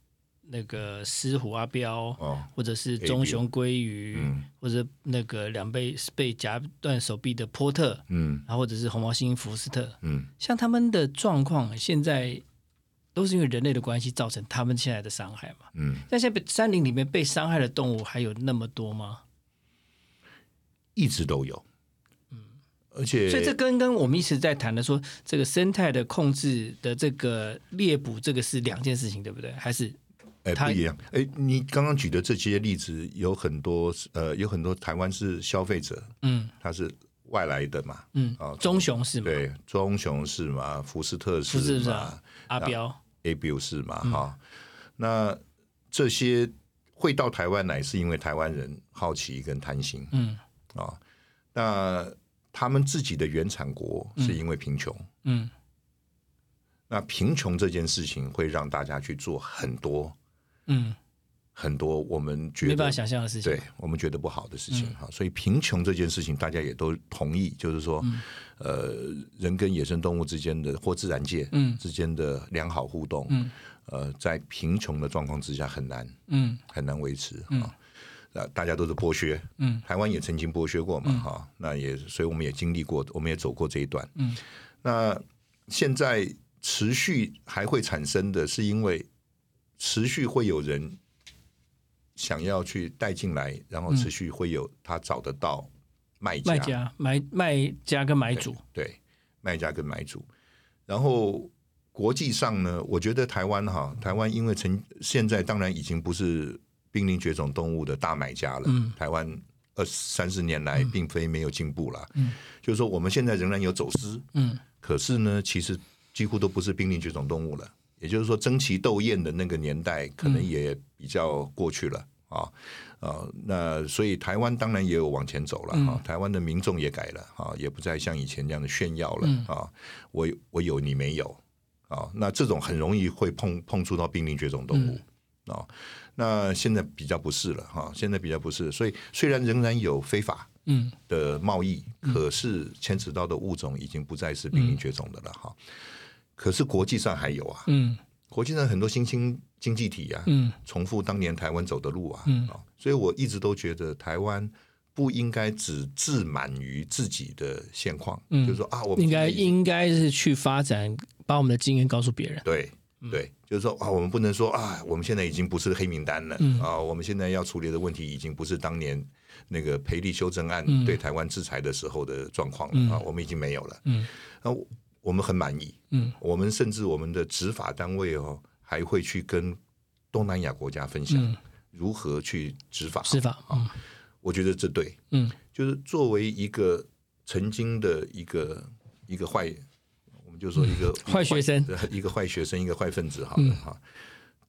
D: 那个狮虎阿彪，
C: 哦
D: 或者是棕熊鲑鱼，
C: 嗯
D: 或者那个两被被夹断手臂的波特，
C: 嗯
D: 然后或者是红毛猩福斯特，
C: 嗯，
D: 像他们的状况现在都是因为人类的关系造成他们现在的伤害嘛？
C: 嗯，
D: 但现在被山林里面被伤害的动物还有那么多吗？
C: 一直都有，嗯，而且
D: 所以这跟跟我们一直在谈的说这个生态的控制的这个猎捕这个是两件事情，对不对？还是
C: 哎、
D: 它
C: 不一样。哎、你刚刚举的这些例子有很多，呃，有很多台湾是消费者，
D: 嗯
C: 他是外来的嘛，
D: 嗯
C: 哦，
D: 棕熊是吗？
C: 对，棕熊是嘛，福斯特
D: 福斯啊嗯
C: 是
D: 特
C: 嘛
D: 阿彪，
C: a b u 是嘛，哈、那这些会到台湾来，是因为台湾人好奇跟贪心
D: 嗯
C: 啊、那他们自己的原产国是因为贫穷。
D: 嗯
C: 那贫穷这件事情会让大家去做很多
D: 嗯，
C: 很多我们觉
D: 没
C: 得
D: 办法想象的事情。嗯
C: 对我们觉得不好的事情哈、所以贫穷这件事情，大家也都同意，就是说，
D: 嗯
C: 呃，人跟野生动物之间的或自然界
D: 嗯
C: 之间的良好互动，
D: 嗯
C: 呃，在贫穷的状况之下很难
D: 嗯
C: 很难维持啊。那、大家都是剥削，
D: 嗯
C: 台湾也曾经剥削过嘛，哈、那也，所以我们也经历过，我们也走过这一段。
D: 嗯，
C: 那现在持续还会产生的是因为持续会有人想要去带进来，然后持续会有他找得到卖家，
D: 嗯卖家买卖家跟买主，
C: 对，卖家跟买主。然后国际上呢，我觉得台湾哈，台湾因为曾现在当然已经不是濒临绝种动物的大买家了，
D: 嗯
C: 台湾二三十年来并非没有进步啦，
D: 嗯，
C: 就是说我们现在仍然有走私，
D: 嗯
C: 可是呢，其实几乎都不是濒临绝种动物了。也就是说，争奇斗艳的那个年代，可能也比较过去了啊、呃，那所以台湾当然也有往前走了哈、台湾的民众也改了啊、也不再像以前那样的炫耀了啊、我我有你没有啊、啊、那这种很容易会碰碰触到濒临绝种动物啊、那现在比较不是了哈、现在比较不是，所以虽然仍然有非法
D: 嗯
C: 的贸易，可是牵扯到的物种已经不再是濒临绝种的了哈、可是国际上还有啊，
D: 嗯
C: 国际上很多新兴经济体啊，
D: 嗯
C: 重复当年台湾走的路啊，
D: 嗯
C: 啊所以我一直都觉得台湾不应该只自满于自己的现况，
D: 嗯
C: 就是说啊，我们
D: 应该
C: 自己
D: 应该是去发展，把我们的经验告诉别人。
C: 对对，就是说啊，我们不能说啊，我们现在已经不是黑名单了、
D: 嗯
C: 啊，我们现在要处理的问题已经不是当年那个赔率修正案
D: 嗯
C: 对台湾制裁的时候的状况了、
D: 嗯
C: 啊，我们已经没有了。
D: 嗯
C: 那我我们很满意，
D: 嗯
C: 我们甚至我们的执法单位哦，还会去跟东南亚国家分享
D: 嗯，
C: 如何去执法。
D: 是吧？嗯
C: 我觉得这对，
D: 嗯
C: 就是作为一个曾经的一个一个坏，我们就说一个
D: 嗯坏学生，
C: 一个坏学生，一个坏分子好了，哈、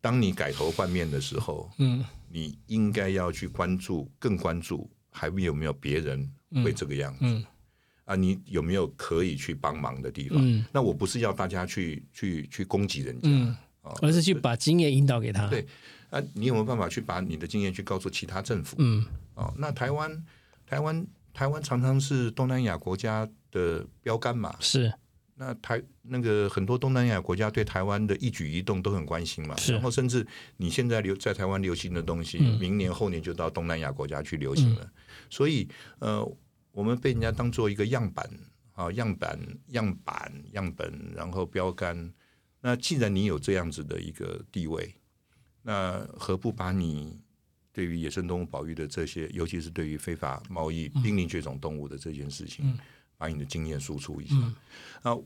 C: 当你改头换面的时候，
D: 嗯
C: 你应该要去关注，更关注还有没有别人会这个样子、
D: 嗯
C: 啊？你有没有可以去帮忙的地方？
D: 嗯
C: 那我不是要大家去去去攻击人家、
D: 嗯，
C: 啊，
D: 而是去把经验引导给他。
C: 对啊，你有没有办法去把你的经验去告诉其他政府？
D: 嗯
C: 哦，那台湾，台湾，台湾常常是东南亚国家的标杆嘛。
D: 是
C: 那台那个很多东南亚国家对台湾的一举一动都很关心嘛。
D: 是
C: 然后甚至你现在流在台湾流行的东西，明年后年就到东南亚国家去流行了。所以呃，我们被人家当做一个样板啊，样板、样板、样本，然后标杆。那既然你有这样子的一个地位，那何不把你对于野生动物保育的这些，尤其是对于非法贸易、濒临绝种动物的这件事情，把你的经验输出一下？那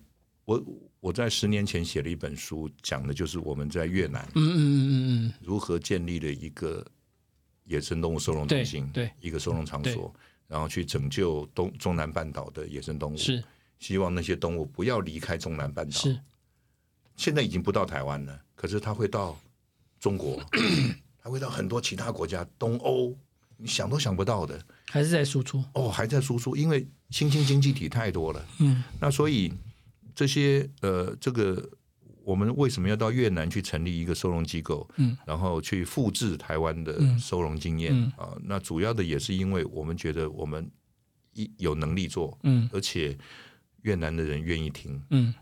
C: 我我在十年前写了一本书，讲的就是我们在越南
D: 嗯嗯嗯嗯嗯
C: 如何建立了一个野生动物收容中
D: 对
C: 心，
D: 对
C: 一个收容场
D: 对
C: 所，然后去拯救东中南半岛的野生动物，
D: 是
C: 希望那些动物不要离开中南半岛。
D: 是
C: 现在已经不到台湾了，可是它会到中国，它会到很多其他国家，东欧，你想都想不到的。
D: 还是在输出。
C: 哦，还在输出，因为新兴经济体太多了。
D: 嗯，
C: 那所以这些呃，这个我们为什么要到越南去成立一个收容机构？
D: 嗯，
C: 然后去复制台湾的收容经验
D: 嗯
C: 啊、那主要的也是因为我们觉得我们一有能力做，
D: 嗯
C: 而且越南的人愿意听，
D: 嗯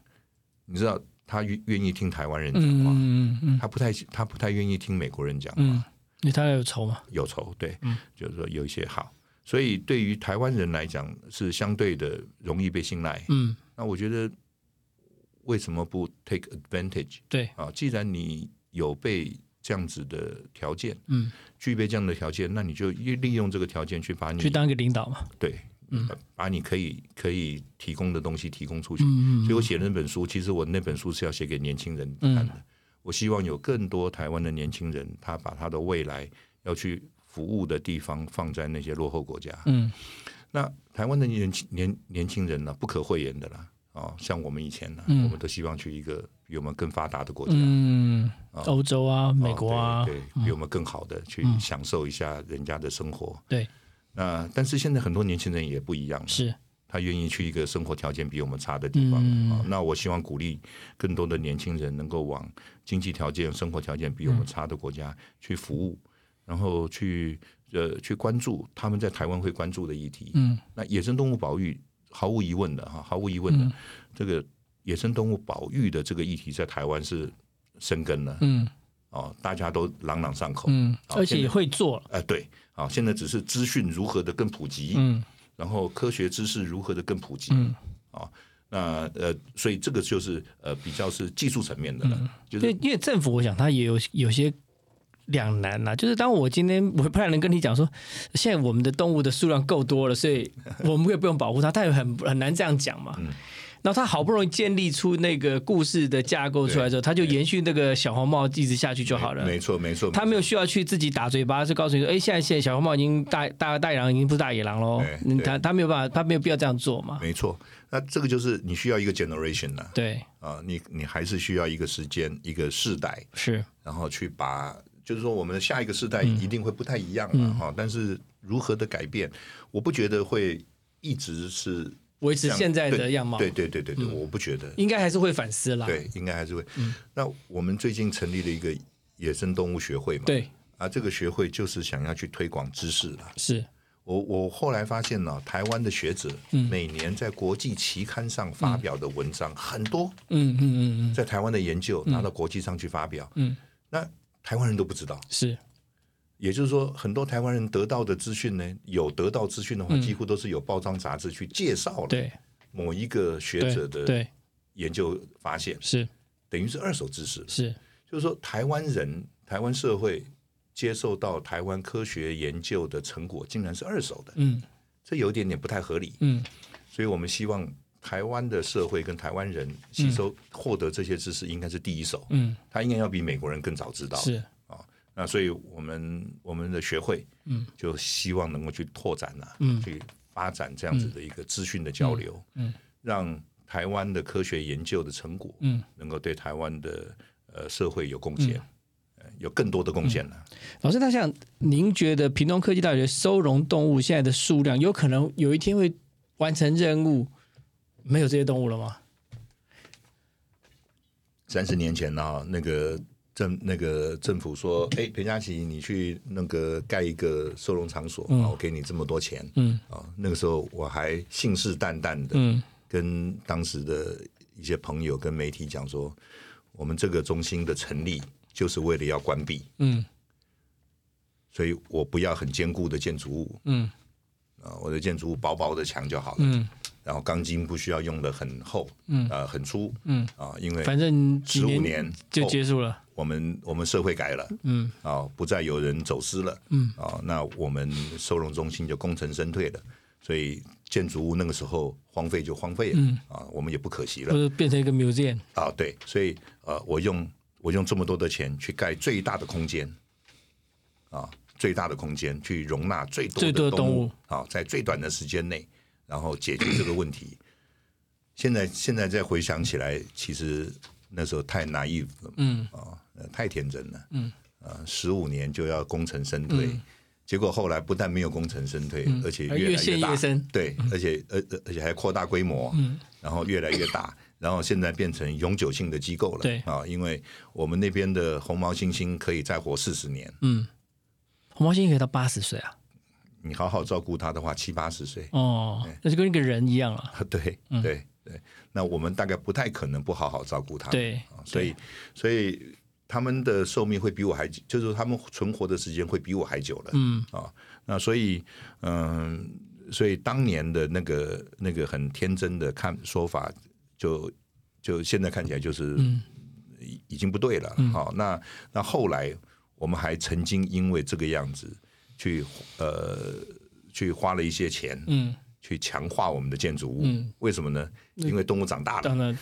C: 你知道他愿愿意听台湾人
D: 嗯
C: 讲话，
D: 嗯嗯嗯
C: 他不太他不太愿意听美国人讲话。
D: 嗯，因为他有仇嘛。
C: 有仇，对，就是说有一些好，所以对于台湾人来讲是相对的容易被信赖。
D: 嗯，
C: 那我觉得为什么不 take advantage
D: 对，
C: 啊？既然你有被这样子的条件，
D: 嗯，
C: 具备这样的条件，那你就利用这个条件去把你
D: 去当一个领导嘛。
C: 对，嗯，把你可以可以提供的东西提供出去。
D: 嗯
C: 所以
D: 嗯
C: 我写了那本书，其实我那本书是要写给年轻人看的。我希望有更多台湾的年轻人，他把他的未来要去服务的地方放在那些落后国家。
D: 嗯
C: 啊那台湾的年轻年年轻人呢、不可讳言的啦。哦，像我们以前呢、我们都希望去一个比我们更发达的国家，
D: 嗯，欧洲啊，
C: 哦
D: 美国啊，嗯
C: 对对，比我们更好的去享受一下人家的生活。
D: 对，
C: 那但是现在很多年轻人也不一样了，
D: 是
C: 他愿意去一个生活条件比我们差的地方、
D: 嗯
C: 啊。那我希望鼓励更多的年轻人能够往经济条件、生活条件比我
D: 嗯
C: 们差的国家去服务，然后去呃去关注他们在台湾会关注的议题。
D: 嗯，
C: 那野生动物保育毫无疑问的哈，毫无疑
D: 嗯
C: 问的，这个野生动物保育的这个议题在台湾是生根了，
D: 嗯
C: 哦，大家都朗朗上口。
D: 嗯，
C: 好
D: 而且
C: 现
D: 也
C: 在
D: 会做了。
C: 呃，对，啊，现在只是资讯如何的更普及，
D: 嗯
C: 然后科学知识如何的更普及，
D: 嗯，
C: 啊，那呃，所以这个就是呃比较是技术层面的了，就
D: 对
C: 是，
D: 因为政府我想他也有有些两难呐、就是当我今天我不太能跟你讲说，现在我们的动物的数量够多了，所以我们可以不用保护它，但也很很难这样讲嘛。
C: 嗯
D: 然后他好不容易建立出那个故事的架构出来之后，他就延续那个小红帽一直下去就好了。
C: 没错没错，
D: 他没有需要去自己打嘴巴，就告诉你说，哎，现在现在小红帽已经大大大野狼已经不是大野狼喽
C: 对。
D: 嗯
C: 对
D: 他他没有办法，他没有必要这样做嘛。
C: 没错，那这个就是你需要一个 generation 了
D: 对，
C: 啊，你你还是需要一个时间一个世代，
D: 是，
C: 然后去把，就是说我们的下一个世代
D: 嗯
C: 一啊定会不太一样了哈、但是如何的改变，我不觉得会一直是。
D: 维持现在的样貌，嗯
C: 对对对对对，我不觉得。
D: 应该还是会反思啦。
C: 对，应该还是会。
D: 嗯
C: 那我们最近成立了一个野生动物学会嘛，
D: 对，
C: 啊，这个学会就是想要去推广知识啦。
D: 是，
C: 我我后来发现呢、台湾的学者
D: 嗯
C: 每年在国际期刊上发表的文章很多，
D: 嗯嗯嗯嗯，
C: 在台湾的研究拿到国际上去发表，
D: 嗯，
C: 那台湾人都不知道。
D: 是
C: 也就是说，很多台湾人得到的资讯呢，有得到资讯的话，几乎都是有报章杂志去介绍了
D: 嗯对
C: 某一个学者
D: 对
C: 的
D: 对
C: 研究发现，
D: 是
C: 等于是二手知识。
D: 是
C: 就是说，台湾人、台湾社会接受到台湾科学研究的成果，竟然是二手的，
D: 嗯
C: 这有一点点不太合理。
D: 嗯
C: 所以我们希望台湾的社会跟台湾人吸收、获得这些知识，应该是第一手，
D: 嗯
C: 他应该要比美国人更早知道。
D: 是
C: 那所以我们我们的学会，嗯，就希望能够去拓展啊，
D: 嗯
C: 去发展这样子的一个资讯的交流，
D: 嗯嗯
C: 让台湾的科学研究的成果，
D: 嗯。
C: 能够对台湾的呃社会有贡献，呃有更多的贡
D: 嗯
C: 献啊了。
D: 老师，那像您觉得屏东科技大学收容动物现在的数量，有可能有一天会完成任务，没有这些动物了吗？
C: 三十年前呢、那个政那个政府说，哎，裴佳琪，你去那个盖一个收容场所，啊，我给你这么多钱，
D: 嗯
C: 啊，那个时候我还信誓旦旦的
D: 嗯
C: 跟当时的一些朋友跟媒体讲说，我们这个中心的成立就是为了要关闭，
D: 嗯
C: 所以我不要很坚固的建筑物
D: 嗯
C: 啊，我的建筑物薄薄的墙就好了，
D: 嗯
C: 然后钢筋不需要用的很厚，
D: 嗯
C: 呃，很粗
D: 嗯，
C: 啊，因为
D: 反正几
C: 十五年
D: 就
C: 后
D: 结束了。
C: 我们我们社会改了，
D: 嗯
C: 啊，不再有人走私了，
D: 嗯，
C: 啊，那我们收容中心就功成身退了，所以建筑物那个时候荒废就荒废了，
D: 嗯
C: 啊，我们也不可惜
D: 或
C: 了，
D: 者变成一个 museum。
C: 啊，对，所以呃，我用我用这么多的钱去盖最大的空间，啊，最大的空间去容纳最多
D: 最多
C: 的
D: 的
C: 动
D: 动
C: 物
D: 物，
C: 啊，在最短的时间内，然后解决这个问题。现在现在再回想起来，其实那时候太 naive 了，
D: 嗯
C: 啊、呃太天真了。
D: 嗯，
C: 呃，十五年就要功成身退，结果后来不但没有功成身退，而且
D: 嗯而
C: 越
D: 呃越
C: 来
D: 陷
C: 大，
D: 越深
C: 对，而且而而而且还扩大规模，
D: 嗯
C: 然后越来越
D: [coughs]
C: 大，然后现在变成永久性的机构了。
D: 对
C: 啊，因为我们那边的红毛猩猩可以再活四十年，
D: 嗯，红毛猩猩可以到八十岁啊！
C: 你好好照顾它的话，七八十岁，
D: 哦，
C: 嗯
D: 那就跟一个人一样了。
C: 对对对，那我们大概不太可能不好好照顾它。
D: 对
C: 啊，所以所以他们的寿命会比我还，就是他们存活的时间会比我还久了。
D: 嗯
C: 啊，那所以嗯，所以当年的那个那个很天真的看说法，就就现在看起来就是
D: 嗯
C: 已已经不对了。好、那那后来我们还曾经因为这个样子去呃去花了一些钱，
D: 嗯，
C: 去强化我们的建筑物。
D: 嗯
C: 为什么呢？因为动物长大了，
D: 当然，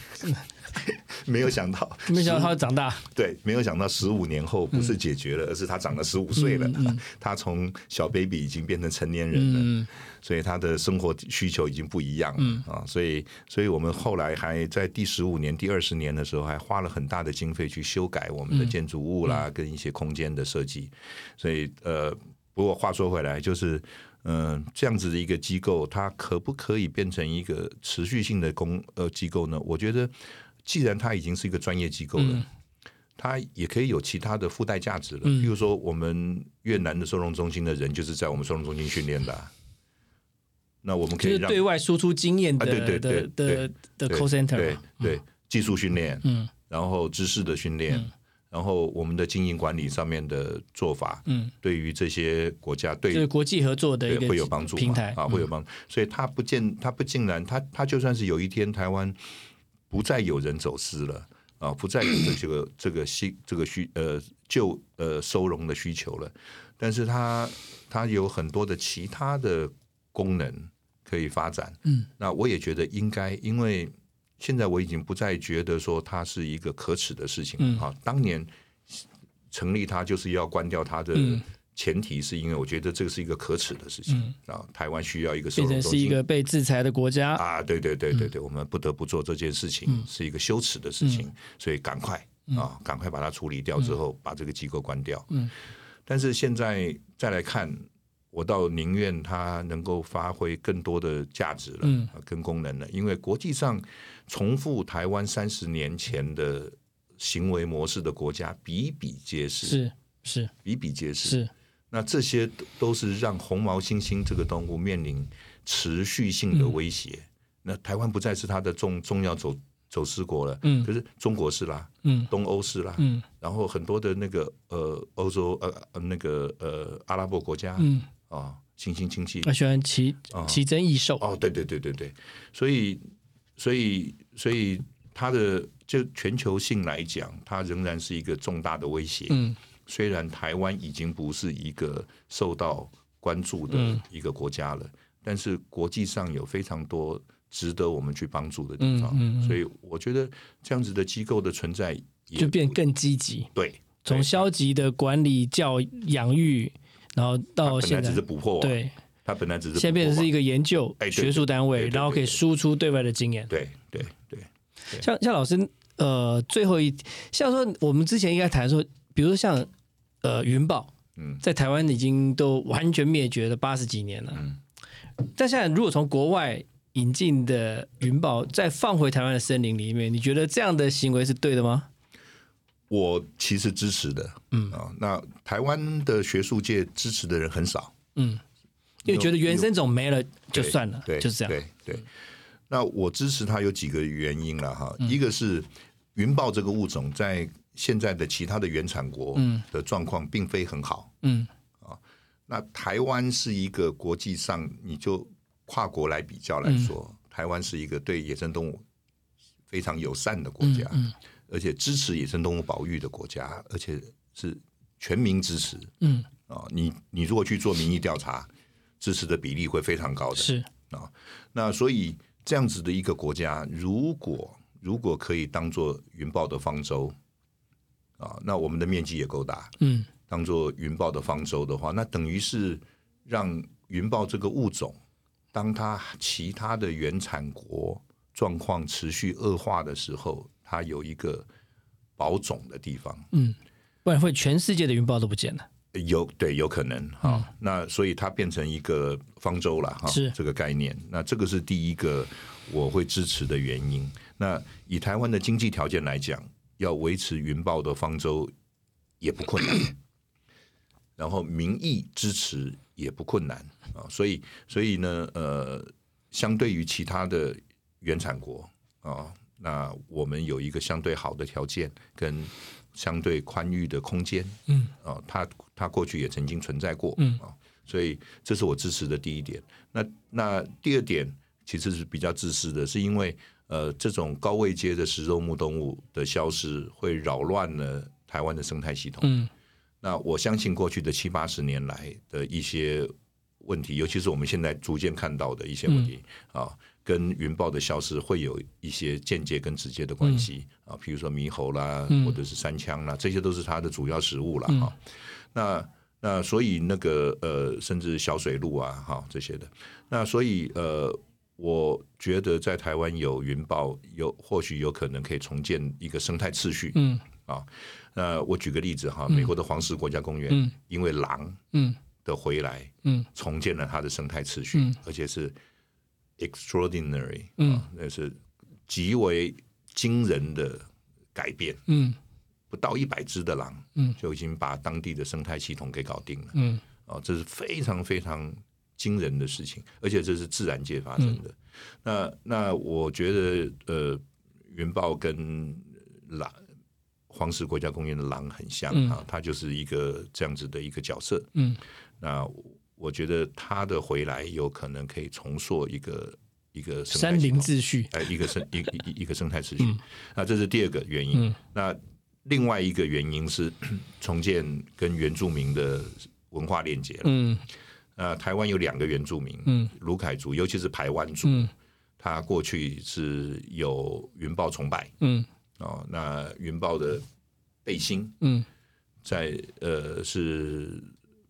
C: 没有想到，
D: 没想到它会长大。
C: [laughs] 对，没有想到十五年后不
D: 嗯
C: 是解决了，而是它长了十五岁了， [laughs] 它从小 baby 已经变成成年人了，
D: 嗯
C: 所以它的生活需求已经不一样了、啊。所以，所以我们后来还在第十五年、第二十年的时候，还花了很大的经费去修改我
D: 嗯
C: 们的建筑物啦，跟一些空间的设计。所以，呃，不过话说回来，就是。嗯，这样子的一个机构，它可不可以变成一个持续性的公呃机构呢？我觉得，既然它已经是一个专业机构了，它也可以有其他的附带价值了。
D: 嗯
C: 比如说，我们越南的收容中心的人就是在我们收容中心训练的啊、那我们可
D: 就
C: 以
D: 是
C: 让
D: 对外输出经验的
C: 啊对
D: 的
C: 对对
D: 的的
C: 对
D: call center
C: 对
D: 嘛
C: 对技术训练，
D: 嗯，
C: 然后知识的训练，然后我们的经营管理上面的做法，
D: 嗯，
C: 对于这些国家对
D: 就是国际合作的一
C: 对
D: 个
C: 会有帮助嘛
D: 平台嗯
C: 啊，会有帮助。所以它不见它不竟然它它就算是有一天台湾不再有人走私了啊，不再有这个这个需这个需呃旧呃收容的需求了，但是它它有很多的其他的功能可以发展。
D: 嗯，
C: 那我也觉得应该，因为现在我已经不再觉得说它是一个可耻的事情
D: 嗯
C: 了啊。当年成立它就是要关掉它的
D: 嗯
C: 前提，是因为我觉得这个是一个可耻的事情啊。台湾需要一个收
D: 嗯变
C: 容
D: 成
C: 中
D: 是一
C: 心
D: 个嗯被制裁的国家。
C: 啊，对对对对对，我们不得不做这件事
D: 嗯
C: 情，是一个羞耻的事情，所以赶快啊，赶快把它处理掉之后，把这个机构关掉。
D: 嗯，
C: 但是现在再来看，我倒宁愿它能够发挥更多的价值了，
D: 嗯
C: 呃跟功能了，因为国际上重复台湾三十年前的行为模式的国家比比皆是，
D: 是是
C: 比比皆是。
D: 是，
C: 那这些都都是让红毛猩猩这个动物面临持续
D: 嗯
C: 性的威胁。那台湾不再是它的重重要走走私国了，
D: 嗯
C: 可是中国是啦，
D: 嗯
C: 东欧是啦，
D: 嗯
C: 然后很多的那个呃欧洲呃呃那个呃阿拉伯国家啊、
D: 嗯，哎
C: 新兴经济
D: 我喜欢奇
C: 啊
D: 奇珍异兽，
C: 哦，对对对对对，所以所以所以它的就全球性来讲，它仍然是一个重大的威胁。
D: 嗯
C: 虽然台湾已经不是一个受到关注的
D: 嗯
C: 一个国家了，但是国际上有非常多值得我们去帮助的地
D: 嗯
C: 方，
D: 嗯
C: 所
D: 嗯，
C: 以我觉得这样子的机构的存在也
D: 就变更积极，
C: 对，
D: 从消极的管理教养育，然后
C: 它
D: 到
C: 本来
D: 现在
C: 只是捕获网，
D: 对，
C: 它本来只是啊
D: 现在变成是一
C: 个
D: 个研究
C: 哎对
D: 学术单
C: 对
D: 位，
C: 对对
D: 然后可以输出对外的经验。
C: 对对对，对
D: 像像老师，呃，最后一像说我们之前应该谈说，比如说像呃云豹，
C: 嗯
D: 在台湾已经都完全灭绝了八十几年了。
C: 嗯
D: 但现在如果从国外引进的云豹再放回台湾的森林里面，你觉得这样的行为是对的吗？
C: 我其实支持的，嗯啊、那台湾的学术界支持的人很少，
D: 嗯，因为觉得原生种没了就
C: 对
D: 算了，
C: 对，
D: 就是这样。嗯
C: 对对。那我支持它有几个原因了哈，
D: 嗯
C: 一个是云豹这个物种在现在的其他的原产国的状况并非很好。
D: 嗯
C: 那台湾是一个国际上，你就跨国来比较来说，
D: 嗯
C: 台湾是一个对野生动物非常友善的
D: 嗯
C: 国家，而且支持野生动物保育的国家，而且是全民支持。
D: 嗯，
C: 啊、你你如果去做民意调查，支持的比例会非常高的。
D: 是
C: 那所以这样子的一个国家，如果如果可以当做云豹的方舟啊，那我们的面积也够大。
D: 嗯，
C: 当做云豹的方舟的话，那等于是让云豹这个物种，当它其他的原产国状况持续恶化的时候，它有一个保种的地方。
D: 不然会全世界的云豹都不见了。
C: 有对，有可能哈、那所以它变成一个方舟了哈，
D: 是
C: 这个概念。那这个是第一个我会支持的原因。那以台湾的经济条件来讲，要维持云豹的方舟也不困难，然后民意支持也不困难啊。所以，所以呢，呃，相对于其他的原产国啊，那我们有一个相对好的条件跟相对宽裕的空间。啊、它它过去也曾经存在过，嗯啊、所以这是我支持的第一点。那那第二点其实是比较自私的，是因为呃，这种高位阶的食肉目动物的消失，会扰乱了台湾的生态系统。
D: 嗯，
C: 那我相信过去的七八十年来的一些问题，尤其是我们现在逐渐看到的一些问题啊、跟云豹的消失会有一些间接跟直接的关系、啊，譬如说猕猴啦，或者是山羌啦，这些都是它的主要食物啦。哈、那那所以那个呃，甚至小水鹿啊，哈这些的，那所以呃，我觉得在台湾有云豹，有或许有可能可以重建一个生态秩序。
D: 嗯
C: 啊，那我举个例子哈，美国的黄石国家公园，
D: 嗯
C: 因为狼
D: 嗯
C: 的回来，
D: 嗯，
C: 重建了它的生态秩序，
D: 嗯
C: 而且是 extraordinary，
D: 嗯
C: 啊，那是极为惊人的改变。
D: 嗯
C: 不到一百只的狼，
D: 嗯，
C: 就已经把当地的生态系统给搞定了。
D: 嗯
C: 啊，这是非常非常惊人的事情，而且这是自然界发生的。
D: 嗯
C: 那那我觉得，呃，云豹跟狼黄石国家公园的狼很像、啊，它就是一个这样子的一个角色。
D: 嗯，
C: 那我觉得它的回来有可能可以重塑一个一个生态
D: 山
C: 系
D: 林
C: 统
D: 秩序。
C: 哎，一个生一一一一个生态秩序。
D: 嗯
C: 那这是第二个原因。那另外一个原因是重建跟原住民的文化链接了。
D: 嗯
C: 那台湾有两个原住民，
D: 嗯，
C: 卢凯族，尤其是排湾族，
D: 嗯
C: 他过去是有云豹崇拜
D: 嗯
C: 哦。那云豹的背心
D: 嗯
C: 在呃是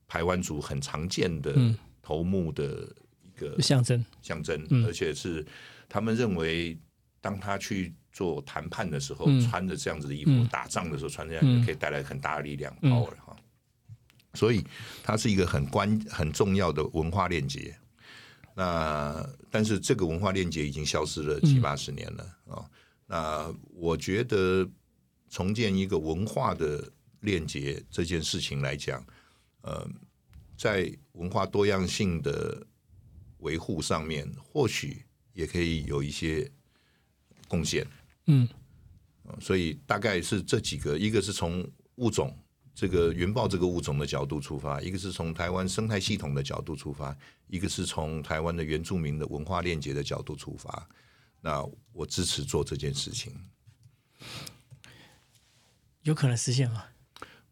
C: 排湾族很常见的
D: 嗯
C: 头目的一个
D: 嗯，象征。
C: 象征，
D: 嗯
C: 而且是他们认为，当他去做谈判的时候，
D: 嗯
C: 穿着这样子的衣服，
D: 嗯
C: 打仗的时候穿这样，可以带来很大的力量 power 哈、所以它是一个很关很重要的文化链接。那但是这个文化链接已经消失了七八十年了啊、哦那我觉得重建一个文化的链接这件事情来讲，呃，在文化多样性的维护上面，或许也可以有一些贡献。
D: 嗯
C: 呃所以大概是这几个，一个是从物种这个云豹这个物种的角度出发，一个是从台湾生态系统的角度出发，一个是从台湾的原住民的文化链接的角度出发。那我支持做这件事情，
D: 有可能实现吗？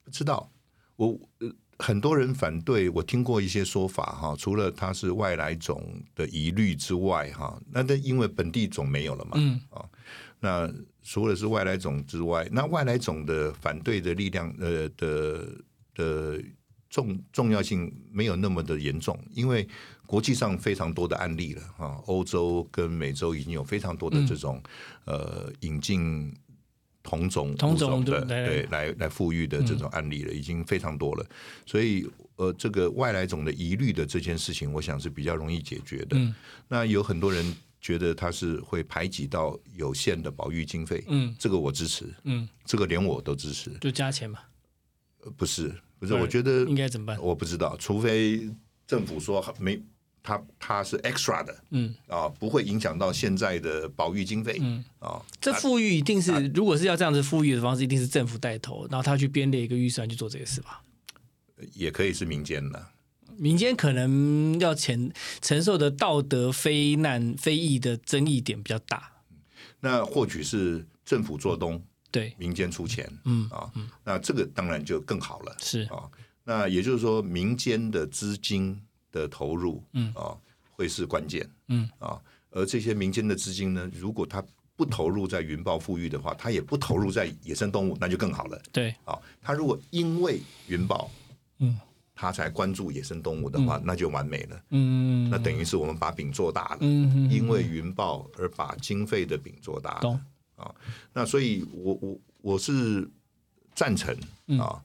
C: 不知道我、呃、很多人反对，我听过一些说法哈，除了它是外来种的疑虑之外哈，那那因为本地种没有了嘛，
D: 嗯
C: 啊，那除了是外来种之外，那外来种的反对的力量，呃的的重重要性没有那么的严重，因为国际上非常多的案例了啊，欧洲跟美洲已经有非常多
D: 嗯
C: 的这种、呃引进同种
D: 同
C: 物
D: 种对
C: 的
D: 嗯对
C: 对来来富裕的这种案例了，已经非常多了，所以。呃，这个外来种的疑虑的这件事情，我想是比较容易解决的。
D: 嗯
C: 那有很多人觉得它是会排挤到有限的保育经费，
D: 嗯
C: 这个我支持，
D: 嗯，
C: 这个连我都支持。
D: 就加钱嘛，
C: 呃不是，不是，
D: 不然
C: 我觉得
D: 应该怎么办？
C: 我不知道，除非政府说没，它它是 extra 的
D: 嗯，
C: 啊，不会影响到现在的保育经费，嗯啊，
D: 这富裕一定是，如果是要这样子富裕的方式，一定是政府带头，然后他去编列一个预算去做这个事吧。
C: 也可以是民间的。
D: 民间可能要承承受的道德非难非议的争议点比较大，
C: 那或许是政府做东，
D: 对，
C: 民间出钱，
D: 嗯
C: 啊，那这个当然就更好了。
D: 是
C: 啊、那也就是说，民间的资金的投入，嗯啊、会是关键，
D: 嗯
C: 啊、而这些民间的资金呢，如果它不投入在云豹富裕的话，它也不投入在野生动物，那就更好了。
D: 对，
C: 啊、它如果因为云豹，
D: 嗯，
C: 它才关注野生动物的话，那就完美了。
D: 嗯
C: 那等于是我们把饼做大了，
D: 嗯
C: 因为云豹而把经费的饼做大了。
D: 懂
C: 那所以我，我我是赞成
D: 嗯
C: 啊，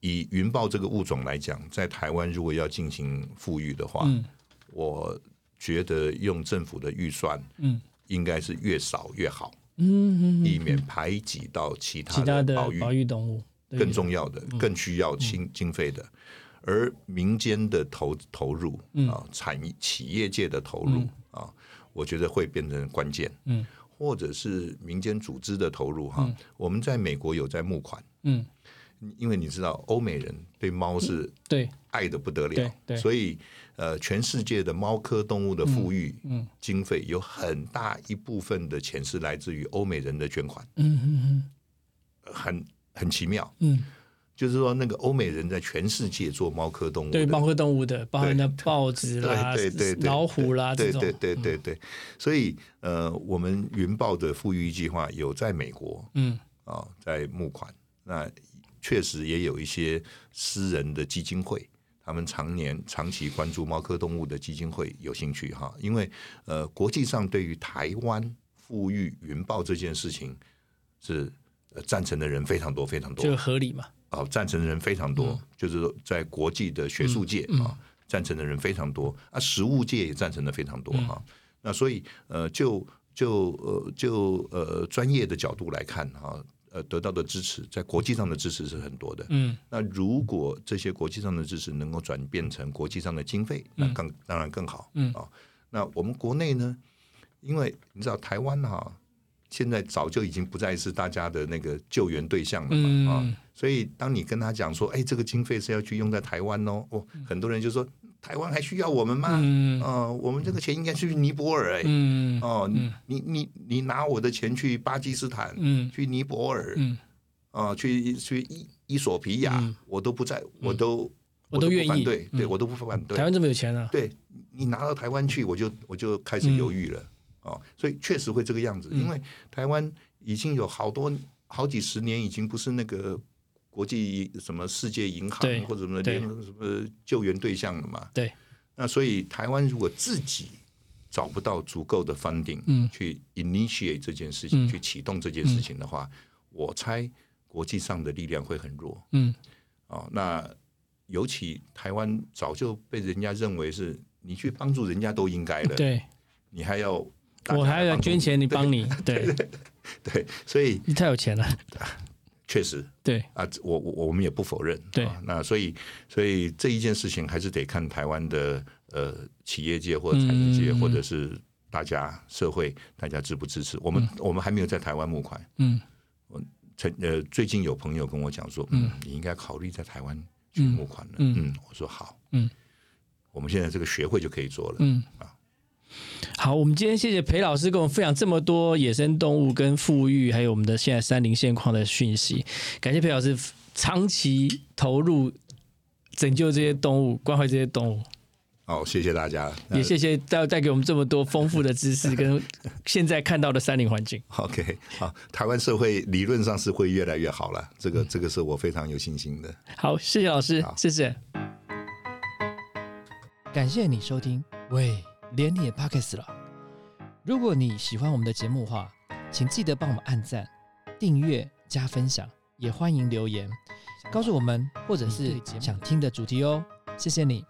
C: 以云豹这个物种来讲，在台湾如果要进行富裕的话，
D: 嗯
C: 我觉得用政府的预算，
D: 嗯，
C: 应该是越少越好，
D: 嗯嗯，
C: 避免排挤到
D: 其
C: 其他
D: 他的
C: 的保育
D: 保育动物对嗯
C: 更重要的、更需要经经费的，而民间的投投入
D: 嗯
C: 啊，产业企业界的投入啊，我觉得会变成关键。
D: 嗯，
C: 或者是民间组织的投入哈，我们在美国有在募款，
D: 嗯，
C: 因为你知道欧美人对猫是
D: 对，
C: 爱的不得
D: 嗯对
C: 了，
D: 对
C: 所以呃，全世界的猫科动物的富裕
D: 嗯
C: 经费有很大一部分的钱是来自于欧美人的捐款，
D: 嗯嗯
C: 很很奇妙。
D: 嗯
C: 就是说，那个欧美人在全世界做猫科动
D: 嗯，
C: 物的
D: 对，包括动物的，包含
C: 对
D: 的豹子啦、
C: 对对对对，
D: 老虎啦
C: 对
D: 这
C: 对
D: 种，嗯
C: 对对对，所以呃，我们云豹的富裕计划有在美国
D: 嗯
C: 啊、在募款，那确实也有一些私人的基金会。他们常年长期关注猫科动物的基金会有兴趣哈，因为呃，国际上对于台湾富裕云豹这件事情是呃赞成的人非常多非常多，
D: 就合理嘛，
C: 啊，赞成的人非常
D: 嗯
C: 多，就是说在国际的学术界、啊，赞成的人非常多啊，实务界也赞成的非常
D: 嗯
C: 多哈、那所以呃，就就呃就呃专业的角度来看哈、呃得到的支持，在国际上的支持是很多的。
D: 嗯，
C: 那如果这些国际上的支持能够转变成国际上的经费，那更当然更好。
D: 嗯
C: 啊，那我们国内呢，因为你知道台湾哈、现在早就已经不再是大家的那个救援对象了嘛啊、
D: 嗯
C: 所以当你跟他讲说，哎，这个经费是要去用在台湾哦，哦，很多人就说台湾还需要我们吗？
D: 嗯
C: 呃，我们这个钱应该去尼泊尔哎、
D: 嗯
C: 哦，你你你拿我的钱去巴基斯坦，
D: 嗯
C: 去尼泊尔，
D: 嗯，
C: 啊、去去伊伊索比亚，我都不在，我都、
D: 嗯我都
C: 不
D: 愿意嗯
C: 反对，对我都不反对
D: 台。湾这么有钱啊，
C: 对你拿到台湾去，我就我就开始犹豫了、哦，所以确实会这个样子，
D: 嗯
C: 因为台湾已经有好多好几十年，已经不是那个国际什么世界银行
D: 对
C: 或者什么
D: 对
C: 联合什么救援对象了嘛。
D: 对，
C: 那所以台湾如果自己找不到足够的 funding，
D: 嗯
C: 去 initiate 这件事情，
D: 嗯
C: 去启动这件事情的话，我猜国际上的力量会很弱。
D: 嗯
C: 哦，那尤其台湾早就被人家认为是你去帮助人家都应该的，
D: 对
C: 你还要大家
D: 我还
C: 来
D: 要
C: 帮助
D: 捐钱，你帮你，对，
C: 对，所以
D: 你太有钱了，
C: 确实
D: 对
C: 啊，我我我们也不否认，
D: 对
C: 啊那所以所以这一件事情还是得看台湾的呃企业界或者产业界、
D: 嗯
C: 或者是大家社会大家支不支持我们、我们还没有在台湾募款，
D: 嗯
C: 曾呃最近有朋友跟我讲说，嗯，你应该考虑在台湾去募款了，
D: 嗯
C: 嗯，我说好，
D: 嗯，
C: 我们现在这个学会就可以做了，
D: 嗯。好，我们今天谢谢裴老师跟我们分享这么多野生动物跟富裕，还有我们的现在山林现况的讯息。感谢裴老师长期投入拯救这些动物，关怀这些动物。
C: 好，谢谢大家，那
D: 也谢谢带带给我们这么多丰富的知识，跟现在看到的山林环境。
C: OK，好，台湾社会理论上是会越来越好了，
D: 嗯
C: 这个这个是我非常有信心的。
D: 好，谢谢老师
C: 好，
D: 谢谢。感谢你收听，喂，连你也 p o c k e t 了。如果你喜欢我们的节目的话，请记得帮我们按赞、订阅、加分享，也欢迎留言告诉我们，或者是想听的主题哦。谢谢你，